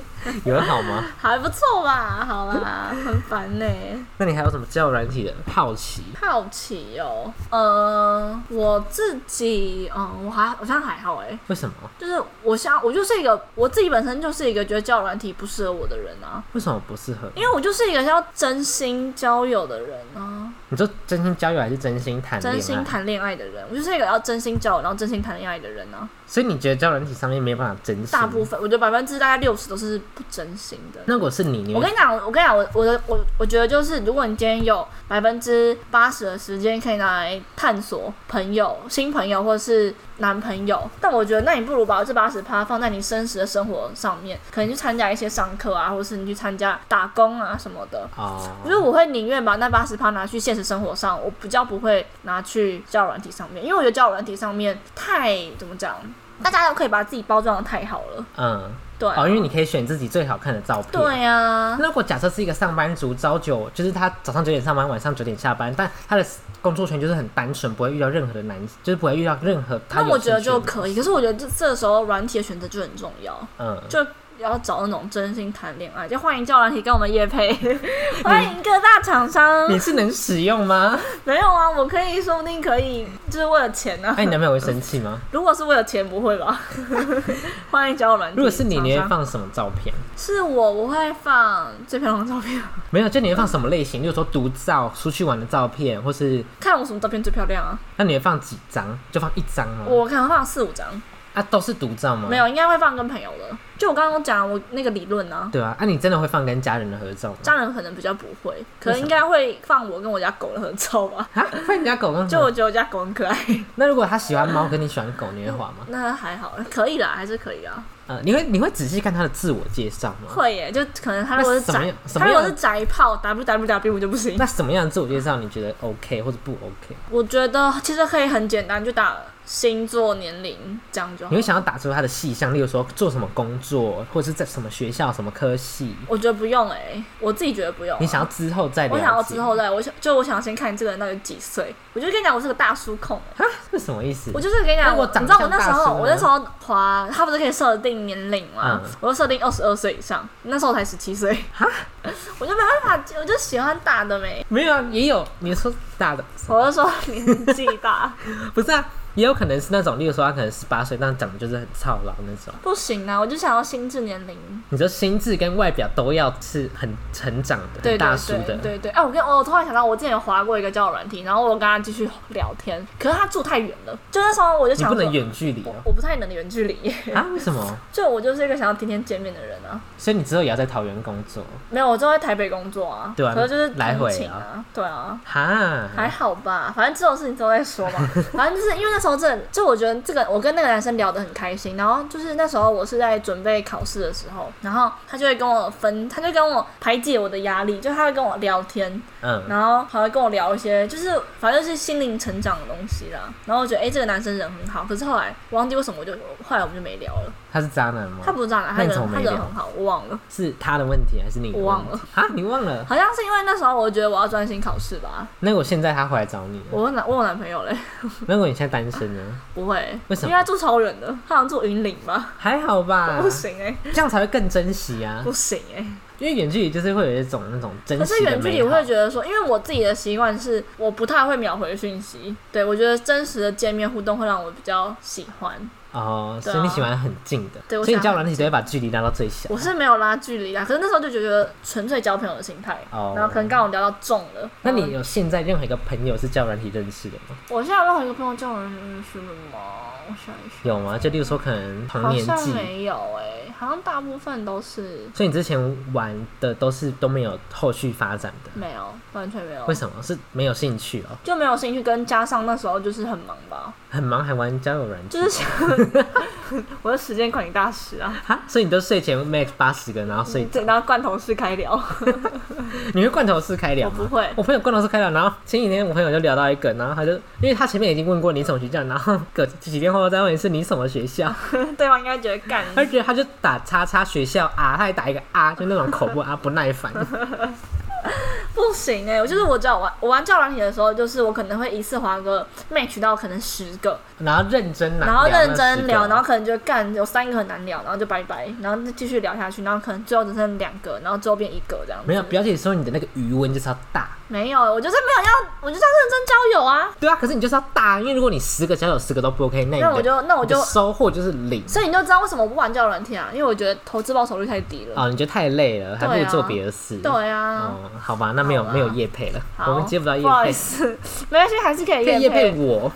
Speaker 2: 有人 好吗？
Speaker 1: 还不错吧？好啦，很烦呢、欸
Speaker 2: 那你还有什么交友软体的好奇？
Speaker 1: 好奇哦，呃，我自己，嗯，我还好像还好哎、
Speaker 2: 为什么？
Speaker 1: 就是我想，我就是一个我自己本身就是一个觉得交友软体不适合我的人啊，
Speaker 2: 为什么不适合？
Speaker 1: 因为我就是一个要真心交友的人啊，
Speaker 2: 你说真心交友还是真心谈恋爱？
Speaker 1: 真心谈恋爱的人，我就是一个要真心交友，然后真心谈恋爱的人啊。
Speaker 2: 所以你觉得交友软体上面没有办法真心？
Speaker 1: 大部。分，我觉得百分之大概六十都是不真心的。
Speaker 2: 那如果是你，你
Speaker 1: 我
Speaker 2: 会
Speaker 1: 跟你讲，我跟你讲，我我的我我觉得就是，如果你今天有百分之八十的时间可以拿来探索朋友、新朋友或是男朋友，但我觉得那你不如把这八十趴放在你真实的生活上面，可能去参加一些上课啊，或是你去参加打工啊什么的。
Speaker 2: 哦
Speaker 1: 因为我会宁愿把那八十趴拿去现实生活上，我比较不会拿去交友软体上面，因为我觉得交友软体上面太怎么讲，大家都可以把自己包装的太好了，
Speaker 2: 嗯，
Speaker 1: 对啊、
Speaker 2: 哦，因为你可以选自己最好看的照片。
Speaker 1: 对啊呀、
Speaker 2: 那如果假设是一个上班族，朝九就是他早上九点上班，晚上九点下班，但他的工作圈就是很单纯，不会遇到任何的难，就是不会遇到任何他
Speaker 1: 那
Speaker 2: 有
Speaker 1: 我觉得
Speaker 2: 兴趣的
Speaker 1: 就
Speaker 2: 东
Speaker 1: 可
Speaker 2: 西。
Speaker 1: 以，可是我觉得这这时候软体的选择就很重要，
Speaker 2: 嗯，
Speaker 1: 就要找那种真心谈恋爱。就欢迎叫软体跟我们夜 配，欢迎各大厂商
Speaker 2: 你。是能使用吗？
Speaker 1: 没有啊，我可以，说不定可以，就是为了钱啊
Speaker 2: 那、。哎你男朋友会生气吗？
Speaker 1: 如果是为了钱，不会 吧？欢迎交友软体。
Speaker 2: 如果是你，你会
Speaker 1: 厂商？
Speaker 2: 放什么照片？
Speaker 1: 是我，我会放最漂亮的照片。
Speaker 2: 没有，就你会放什么类型？就是说独照、出去玩的照片，或是
Speaker 1: 看我什么照片最漂亮啊？
Speaker 2: 那你会放几张？就放一张吗？
Speaker 1: 我可能放四五张，
Speaker 2: 啊，都是独照吗？
Speaker 1: 没，有，应该会放跟朋友的。就我刚刚讲我那个理论啊，
Speaker 2: 对啊，啊，你真的会放跟家人的合照吗？
Speaker 1: 家人可能比较不会，可
Speaker 2: 为
Speaker 1: 能
Speaker 2: 什么
Speaker 1: 应该会放我跟我家狗的合照吧。
Speaker 2: 啊，放你家狗跟
Speaker 1: 就我觉得我家狗很 可爱，
Speaker 2: 那如果他喜欢猫，跟你喜欢狗，你会滑吗？
Speaker 1: 那还好，可以啦，还是可以啊。
Speaker 2: 呃，你会你会仔细看他的自我介绍吗？
Speaker 1: 会耶，就可能他如果是
Speaker 2: 哦那什么
Speaker 1: 宅
Speaker 2: 样，什
Speaker 1: 他
Speaker 2: 么
Speaker 1: 如
Speaker 2: 样
Speaker 1: 果是宅炮 W W W 我就不行。
Speaker 2: 那什么样的自我介绍你觉得 OK 或者不 OK？
Speaker 1: 我觉得其实可以很简单，就打星座、年龄这样就好
Speaker 2: 你。会想要打出他的细项，例如说做什么工作，或者是在什么学校、什么科系。
Speaker 1: 我觉得不用哎、我自己觉得不用啊、
Speaker 2: 你想要之后再了
Speaker 1: 我
Speaker 2: 解，
Speaker 1: 想要之后再，我想就我想要先看这个人到底几岁。我就跟你讲，我是个大叔控、欸，
Speaker 2: 啊，这是什么意思？
Speaker 1: 我就是跟你讲，
Speaker 2: 那我
Speaker 1: 我
Speaker 2: 长
Speaker 1: 你知道我
Speaker 2: 相
Speaker 1: 那时
Speaker 2: 大叔
Speaker 1: 候，
Speaker 2: 呢
Speaker 1: 我那时候滑，他不是可以设定年龄吗？
Speaker 2: 嗯
Speaker 1: 我就设定二十二岁以上，那时候我才十七岁， 我就没办法，我就喜欢大的没，
Speaker 2: 没有啊，也有你说大的，
Speaker 1: 我就说年纪 大
Speaker 2: 不是啊，也有可能是那种，例如说他可能十八岁，但长得就是很操劳那种。
Speaker 1: 不行啊，我就想要心智年龄。
Speaker 2: 你说心智跟外表都要是很成长的、
Speaker 1: 对
Speaker 2: 很大
Speaker 1: 对
Speaker 2: 叔
Speaker 1: 对
Speaker 2: 的，
Speaker 1: 对对，哎、我跟我突然想到，我之前有划过一个交友软体，然后我跟他继续聊天，可是他住太远了，就那时候我就
Speaker 2: 你
Speaker 1: 想
Speaker 2: 不
Speaker 1: 说，
Speaker 2: 能远距离哦、
Speaker 1: 我不太能远距离，
Speaker 2: 啊？为什么？
Speaker 1: 就我就是一个想要天天见面的人啊。
Speaker 2: 所以你之后也要在桃园工作？
Speaker 1: 没有，我就在台北工作啊，
Speaker 2: 对啊
Speaker 1: 可是就是
Speaker 2: 来回
Speaker 1: 通勤
Speaker 2: 啊
Speaker 1: 啊，对啊。
Speaker 2: 哈，
Speaker 1: 还好吧，反正这种事情都在说嘛。反正就是因为那时候真的，就我觉得这个我跟那个男生聊得很开心，然后就是那时候我是在准备考试的时候，然后他就会跟我分，他就跟我排解我的压力，就他会跟我聊天，
Speaker 2: 嗯，
Speaker 1: 然后还会跟我聊一些就是反正是心灵成长的东西啦。然后我觉得哎、诶这个男生人很好，可是后来我忘记为什么我就后来我们就没聊了。
Speaker 2: 他是渣男吗
Speaker 1: 他？不是这样的，他
Speaker 2: 那你
Speaker 1: 人
Speaker 2: 怎么
Speaker 1: 他
Speaker 2: 没
Speaker 1: 人
Speaker 2: 聊
Speaker 1: 很好，我忘了。
Speaker 2: 是他的问题还是你的问题？
Speaker 1: 我忘了
Speaker 2: 啊，你忘了？
Speaker 1: 好像是因为那时候我觉得我要专心考试吧，
Speaker 2: 那我现在他回来找你了，
Speaker 1: 我有男我有男朋友嘞，
Speaker 2: 那如果你现在单身呢？
Speaker 1: 不会，
Speaker 2: 为
Speaker 1: 因
Speaker 2: 什么啊
Speaker 1: 为他住超远的，他好像住云林吧，
Speaker 2: 还好 吧
Speaker 1: 不，行哎、
Speaker 2: 这样才会更珍惜啊
Speaker 1: 不。行哎、
Speaker 2: 因为远距离就是会有一种那种珍
Speaker 1: 可是
Speaker 2: 惜的
Speaker 1: 远距离
Speaker 2: 美
Speaker 1: 我
Speaker 2: 好
Speaker 1: 会。觉得说，因为我自己的习惯是我不太会秒回讯息，对我觉得真实的见面互动会让我比较喜欢。
Speaker 2: 哦，
Speaker 1: 对
Speaker 2: 所
Speaker 1: 啊
Speaker 2: 以你喜欢很近的，
Speaker 1: 对我
Speaker 2: 所以你
Speaker 1: 喜
Speaker 2: 交
Speaker 1: 欢
Speaker 2: 友软体都会把距离拉到最小
Speaker 1: 我。是没有拉距离啦，啊可是那时候就觉得纯粹交朋友的心态
Speaker 2: 哦
Speaker 1: 然后可能刚好聊到中了。
Speaker 2: 那你
Speaker 1: 然后
Speaker 2: 有现在任何一个朋友是交友软体认识的吗？
Speaker 1: 我现在有任何一个朋友叫我认识了吗？我想一想，
Speaker 2: 有吗？就例如说可能同
Speaker 1: 好
Speaker 2: 年
Speaker 1: 像
Speaker 2: 纪，
Speaker 1: 没有哎、好像大部分都是
Speaker 2: 所以你之前玩的都是都没有后续发展的，
Speaker 1: 没有，完全没有
Speaker 2: 为。什么？是没有兴趣哦，
Speaker 1: 就没有兴趣，跟加上那时候就是很忙吧，
Speaker 2: 很忙还玩交友软体，
Speaker 1: 就是想 我的时间管理大师啊，
Speaker 2: 哈，所以你都睡前 max 八十个，然后睡，
Speaker 1: 嗯对，然后罐头式开聊，
Speaker 2: 你会罐头式开聊
Speaker 1: 我
Speaker 2: 吗？
Speaker 1: 不会
Speaker 2: 我朋友罐头式开聊，然后前几天我朋友就聊到一个，然后他就因为他前面已经问过你什么学校，然后隔几天后再问一次你什么学校，
Speaker 1: 对方应该觉得干，
Speaker 2: 他就觉得他就打叉叉学校啊，他还打一个啊，就那种口不啊不 耐烦，
Speaker 1: 不行哎、我就是我知道我玩我玩教软体的时候，就是我可能会一次划个 match 到可能十个，
Speaker 2: 然后认真拿
Speaker 1: 然后
Speaker 2: 聊那
Speaker 1: 认真聊，
Speaker 2: 十个啊
Speaker 1: 然后可能就干有三个很难聊，然后就拜拜，然后就继续聊下去，然后可能最后只剩两个，然后最后变一个这样子。
Speaker 2: 没有表姐说你的那个余温就是要大。
Speaker 1: 没有，我就是没有要，我就是要认真交友啊。
Speaker 2: 对啊，可是你就是要大，因为如果你十个小友十个都不 OK，那你的
Speaker 1: 那我就那我
Speaker 2: 你的
Speaker 1: 就
Speaker 2: 收获就是零
Speaker 1: 所以你就知道为什么我不玩交友软体啊，因为我觉得投资报酬率太低了。
Speaker 2: 啊、你就太累了，还不
Speaker 1: 对
Speaker 2: 如
Speaker 1: 啊
Speaker 2: 做别的事。
Speaker 1: 对啊，
Speaker 2: 哦，好吧，那没有
Speaker 1: 好吧
Speaker 2: 没有叶配了，
Speaker 1: 好
Speaker 2: 我们接不到叶
Speaker 1: 不好
Speaker 2: 配
Speaker 1: 意，思， 没关系，还是可以
Speaker 2: 可以
Speaker 1: 业
Speaker 2: 叶
Speaker 1: 配
Speaker 2: 配。 我，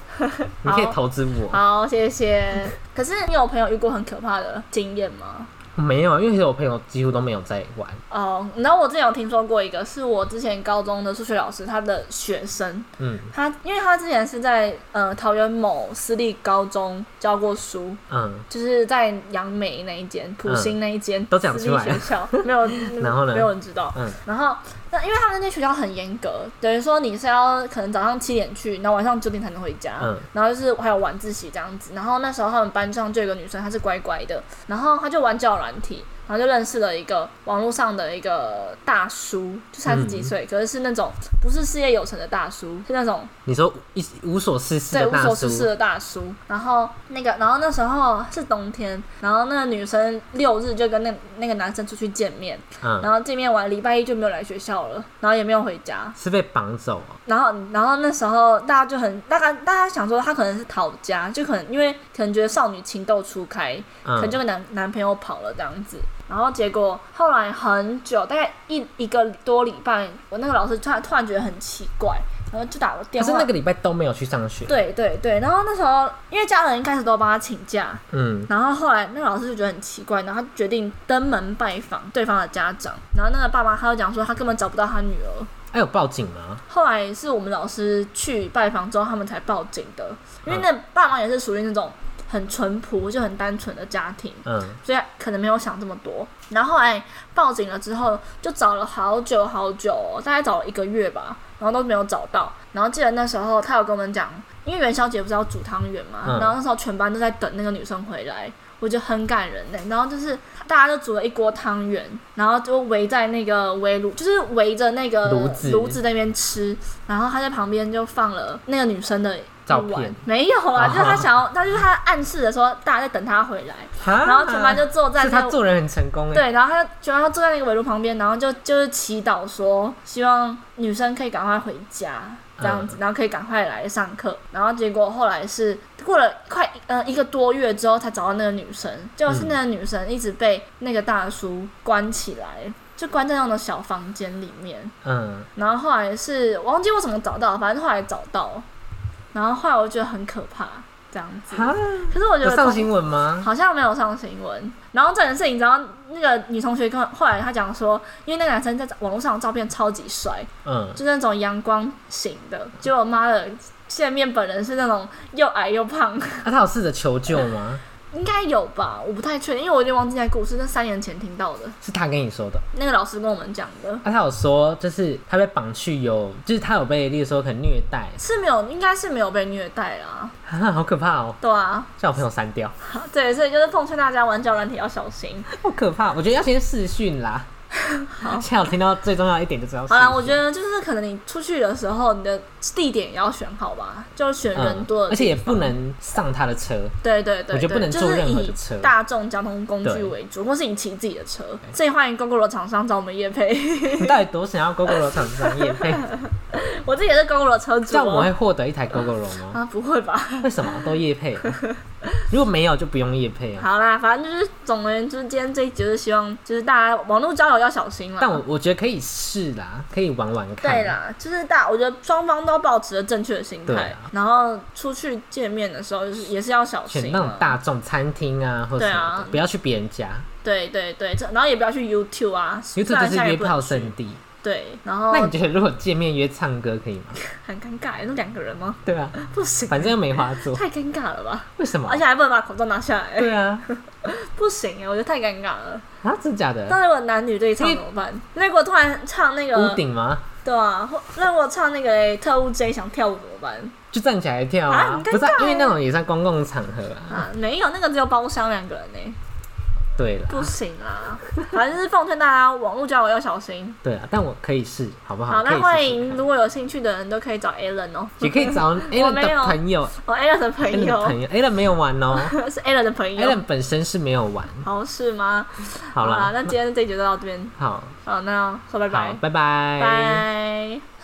Speaker 2: 你可以投资我。
Speaker 1: 好，谢谢。可是你有朋友遇过很可怕的经验吗？
Speaker 2: 没有，因为其实我朋友几乎都没有在玩，
Speaker 1: 哦，然后我之前有听说过一个，是我之前高中的数学老师，他的学生，
Speaker 2: 嗯
Speaker 1: 他因为他之前是在呃桃园某私立高中教过书，
Speaker 2: 嗯，
Speaker 1: 就是在杨梅那一间、普星那一间、
Speaker 2: 都讲
Speaker 1: 私
Speaker 2: 出
Speaker 1: 立
Speaker 2: 来了
Speaker 1: 学校，没有，
Speaker 2: 然后呢
Speaker 1: 没有人知道。
Speaker 2: 嗯
Speaker 1: 然后那因为他们那间学校很严格，等于说你是要可能早上七点去，然后晚上九点才能回家，
Speaker 2: 嗯
Speaker 1: 然后就是还有晚自习这样子。然后那时候他们班上就有一个女生，她是乖乖的，然后她就玩交友软体。然后就认识了一个网络上的一个大叔，就三十
Speaker 2: 嗯
Speaker 1: 几岁，可是是那种不是事业有成的大叔，是那种
Speaker 2: 你说一无所事事
Speaker 1: 对
Speaker 2: 的
Speaker 1: 无
Speaker 2: 大
Speaker 1: 所
Speaker 2: 叔
Speaker 1: 事，事的大叔。然后那个，然后那时候是冬天，然后那个女生六日就跟那那个男生出去见面，
Speaker 2: 嗯，
Speaker 1: 然后见面完礼拜一就没有来学校了，然后也没有回家。
Speaker 2: 是被绑走哦，
Speaker 1: 然后，然后那时候大家就很，大概大家想说他可能是逃家，就可能因为可能觉得少女情窦初开，可能就
Speaker 2: 嗯，
Speaker 1: 跟男男朋友跑了这样子。然后结果后来很久，大概一一个多礼拜，我那个老师突然突然觉得很奇怪，然后就打了
Speaker 2: 可
Speaker 1: 电
Speaker 2: 是
Speaker 1: 话。
Speaker 2: 那个礼拜都没有去上学，
Speaker 1: 对对对，然后那时候因为家人一开始都帮他请假，
Speaker 2: 嗯，
Speaker 1: 然后后来那个老师就觉得很奇怪，然后他决定登门拜访对方的家长，然后那个爸妈他就讲说他根本找不到他女儿，
Speaker 2: 哎有报警吗？
Speaker 1: 后来是我们老师去拜访之后他们才报警的，因为那爸妈也是属于那种。很淳朴就很单纯的家庭，
Speaker 2: 嗯，
Speaker 1: 所以可能没有想这么多。然后后来报警了之后，就找了好久好久哦、大概找了一个月吧，然后都没有找到。然后记得那时候他有跟我们讲，因为元宵节不是要煮汤圆嘛，
Speaker 2: 嗯
Speaker 1: 然后那时候全班都在等那个女生回来。我觉得很感人呢、然后就是大家就煮了一锅汤圆，然后就围在那个围炉，就是围着那个
Speaker 2: 炉子
Speaker 1: 炉子那边吃，然后他在旁边就放了那个女生的
Speaker 2: 照
Speaker 1: 一碗
Speaker 2: 片
Speaker 1: 没有啊，
Speaker 2: 哦
Speaker 1: 就是 他想要，他就是他暗示的说大家在等他回来，然
Speaker 2: 然
Speaker 1: 后全班就坐在
Speaker 2: 啊是
Speaker 1: 那
Speaker 2: 他
Speaker 1: 个
Speaker 2: 做人很成功哎，
Speaker 1: 对，然后他就全班坐在那个围炉旁边，然后就就是祈祷说，希望女生可以赶快回家这样
Speaker 2: 嗯
Speaker 1: 子，然后可以赶快来上课。然后结果后来是过了快一呃一个多月之后才找到那个女生，就是
Speaker 2: 嗯
Speaker 1: 那个女生一直被那个大叔关起来，就关在那种小房间里面。
Speaker 2: 嗯，
Speaker 1: 然后后来是我忘记我怎么找到，反正后来找到，然后后来我觉得很可怕这样子。
Speaker 2: 哈，
Speaker 1: 可是我觉
Speaker 2: 有
Speaker 1: 得
Speaker 2: 上新闻吗？
Speaker 1: 好像没有上新闻。然后这件事情，你知道那个女同学跟我后来她讲说，因为那个男生在网络上的照片超级帅，
Speaker 2: 嗯，
Speaker 1: 就是那种阳光型的，结果妈的见面本人是那种又矮又胖，
Speaker 2: 那啊他有试着求救吗？
Speaker 1: 应该有吧？我不太确定，因为我有点忘记那故事，那三年前听到的，
Speaker 2: 是他跟你说的？啊
Speaker 1: 那个老师跟我们讲的。
Speaker 2: 那他有说就是他被绑去有，就是他有被，例如说可能虐待，
Speaker 1: 是没有，应该是没有被虐待啦，
Speaker 2: 啊， 好可怕哦，
Speaker 1: 对啊，
Speaker 2: 叫我朋友删掉，
Speaker 1: 对，所以就是奉劝大家玩交友软体要小心。
Speaker 2: 好可怕，我觉得要先视讯啦。好，现在我听到最重要一点就知道。
Speaker 1: 好啦，我觉得就是可能你出去的时候，你的地点也要选好吧，就是选人多的地方、
Speaker 2: 嗯而且也不能上他 的车。
Speaker 1: 对对对，
Speaker 2: 我觉得不能
Speaker 1: 对
Speaker 2: 坐
Speaker 1: 就是
Speaker 2: 任何
Speaker 1: 以
Speaker 2: 的车
Speaker 1: 大众交通工具
Speaker 2: 对
Speaker 1: 为主，或是你骑自己的车。所以欢迎 GoGo 的厂商找我们叶配，
Speaker 2: 你到底多想要 GoGo 罗厂商业配？
Speaker 1: 我自己也是 GoGo 的车
Speaker 2: 这
Speaker 1: 主、
Speaker 2: 样我
Speaker 1: 哦。
Speaker 2: 会获得一台 GoGo 罗吗？
Speaker 1: 啊，不会吧？
Speaker 2: 为什么都业 配、啊？如果没有就不用业配啊。
Speaker 1: 好啦，反正就是总而言之，今天这一集就是希望就是大家网络交友要小心啦。
Speaker 2: 但我我觉得可以试啦，可以玩玩看。
Speaker 1: 对，啦，就是大，我觉得双方都保持着正确的心
Speaker 2: 对
Speaker 1: 态
Speaker 2: 啊，
Speaker 1: 然后出去见面的时候就是也是要小
Speaker 2: 选
Speaker 1: 心
Speaker 2: 那种
Speaker 1: 啊。
Speaker 2: 大众餐厅啊，或者
Speaker 1: 对
Speaker 2: 什
Speaker 1: 啊
Speaker 2: 么的，不要去别人家
Speaker 1: 对对对，这然后也不要去 YouTube 啊
Speaker 2: 因
Speaker 1: 虽
Speaker 2: 为这
Speaker 1: 然
Speaker 2: 就是
Speaker 1: 现在也
Speaker 2: 约
Speaker 1: 不能
Speaker 2: 炮
Speaker 1: 去哦
Speaker 2: 圣地。
Speaker 1: 对，然后
Speaker 2: 那你觉得如果见面约唱歌可以吗？
Speaker 1: 很尴尬，那两个人吗？
Speaker 2: 对啊，
Speaker 1: 不行，
Speaker 2: 反正又没话 做，
Speaker 1: 太尴尬了吧？
Speaker 2: 为什么
Speaker 1: 而？且还不能把口罩拿下来，
Speaker 2: 对啊，
Speaker 1: 不行哎，我觉得太尴尬了。
Speaker 2: 啊，真假的？
Speaker 1: 那如果男女对唱
Speaker 2: 因为
Speaker 1: 怎么办？那如果突然唱那
Speaker 2: 屋
Speaker 1: 个，
Speaker 2: 顶吗？
Speaker 1: 对啊，或那如果唱那个欸特务 J 想跳舞怎么办？
Speaker 2: 就站起来跳
Speaker 1: 啊
Speaker 2: 啊，
Speaker 1: 很尴
Speaker 2: 不是啊、
Speaker 1: 尬
Speaker 2: 因为
Speaker 1: 欸
Speaker 2: 那种也算公共场合
Speaker 1: 啊，
Speaker 2: 啊。
Speaker 1: 没有，那个只有包厢两个人呢，
Speaker 2: 对了，
Speaker 1: 不行 啊。反正就是奉劝大家网络交友要小心。
Speaker 2: 对了，但我可以试，好不好？
Speaker 1: 好，
Speaker 2: 可以
Speaker 1: 那
Speaker 2: 试
Speaker 1: 欢
Speaker 2: 试
Speaker 1: 迎
Speaker 2: 看
Speaker 1: 如果有兴趣的人都可以找 Alan 哦，
Speaker 2: 也可以找 Alan
Speaker 1: 没有
Speaker 2: 的 朋友
Speaker 1: 哦 Alan 的
Speaker 2: ，Alan
Speaker 1: 朋
Speaker 2: 的
Speaker 1: 友
Speaker 2: 朋友，Alan 没有玩哦
Speaker 1: 是 Alan 的朋友，
Speaker 2: ，Alan 本身是没有玩。
Speaker 1: 好是吗？
Speaker 2: 好
Speaker 1: 啦，
Speaker 2: 啦，
Speaker 1: 那今天这一集就到这边，
Speaker 2: 好，
Speaker 1: 好，那说拜拜，，
Speaker 2: 好拜拜
Speaker 1: 拜。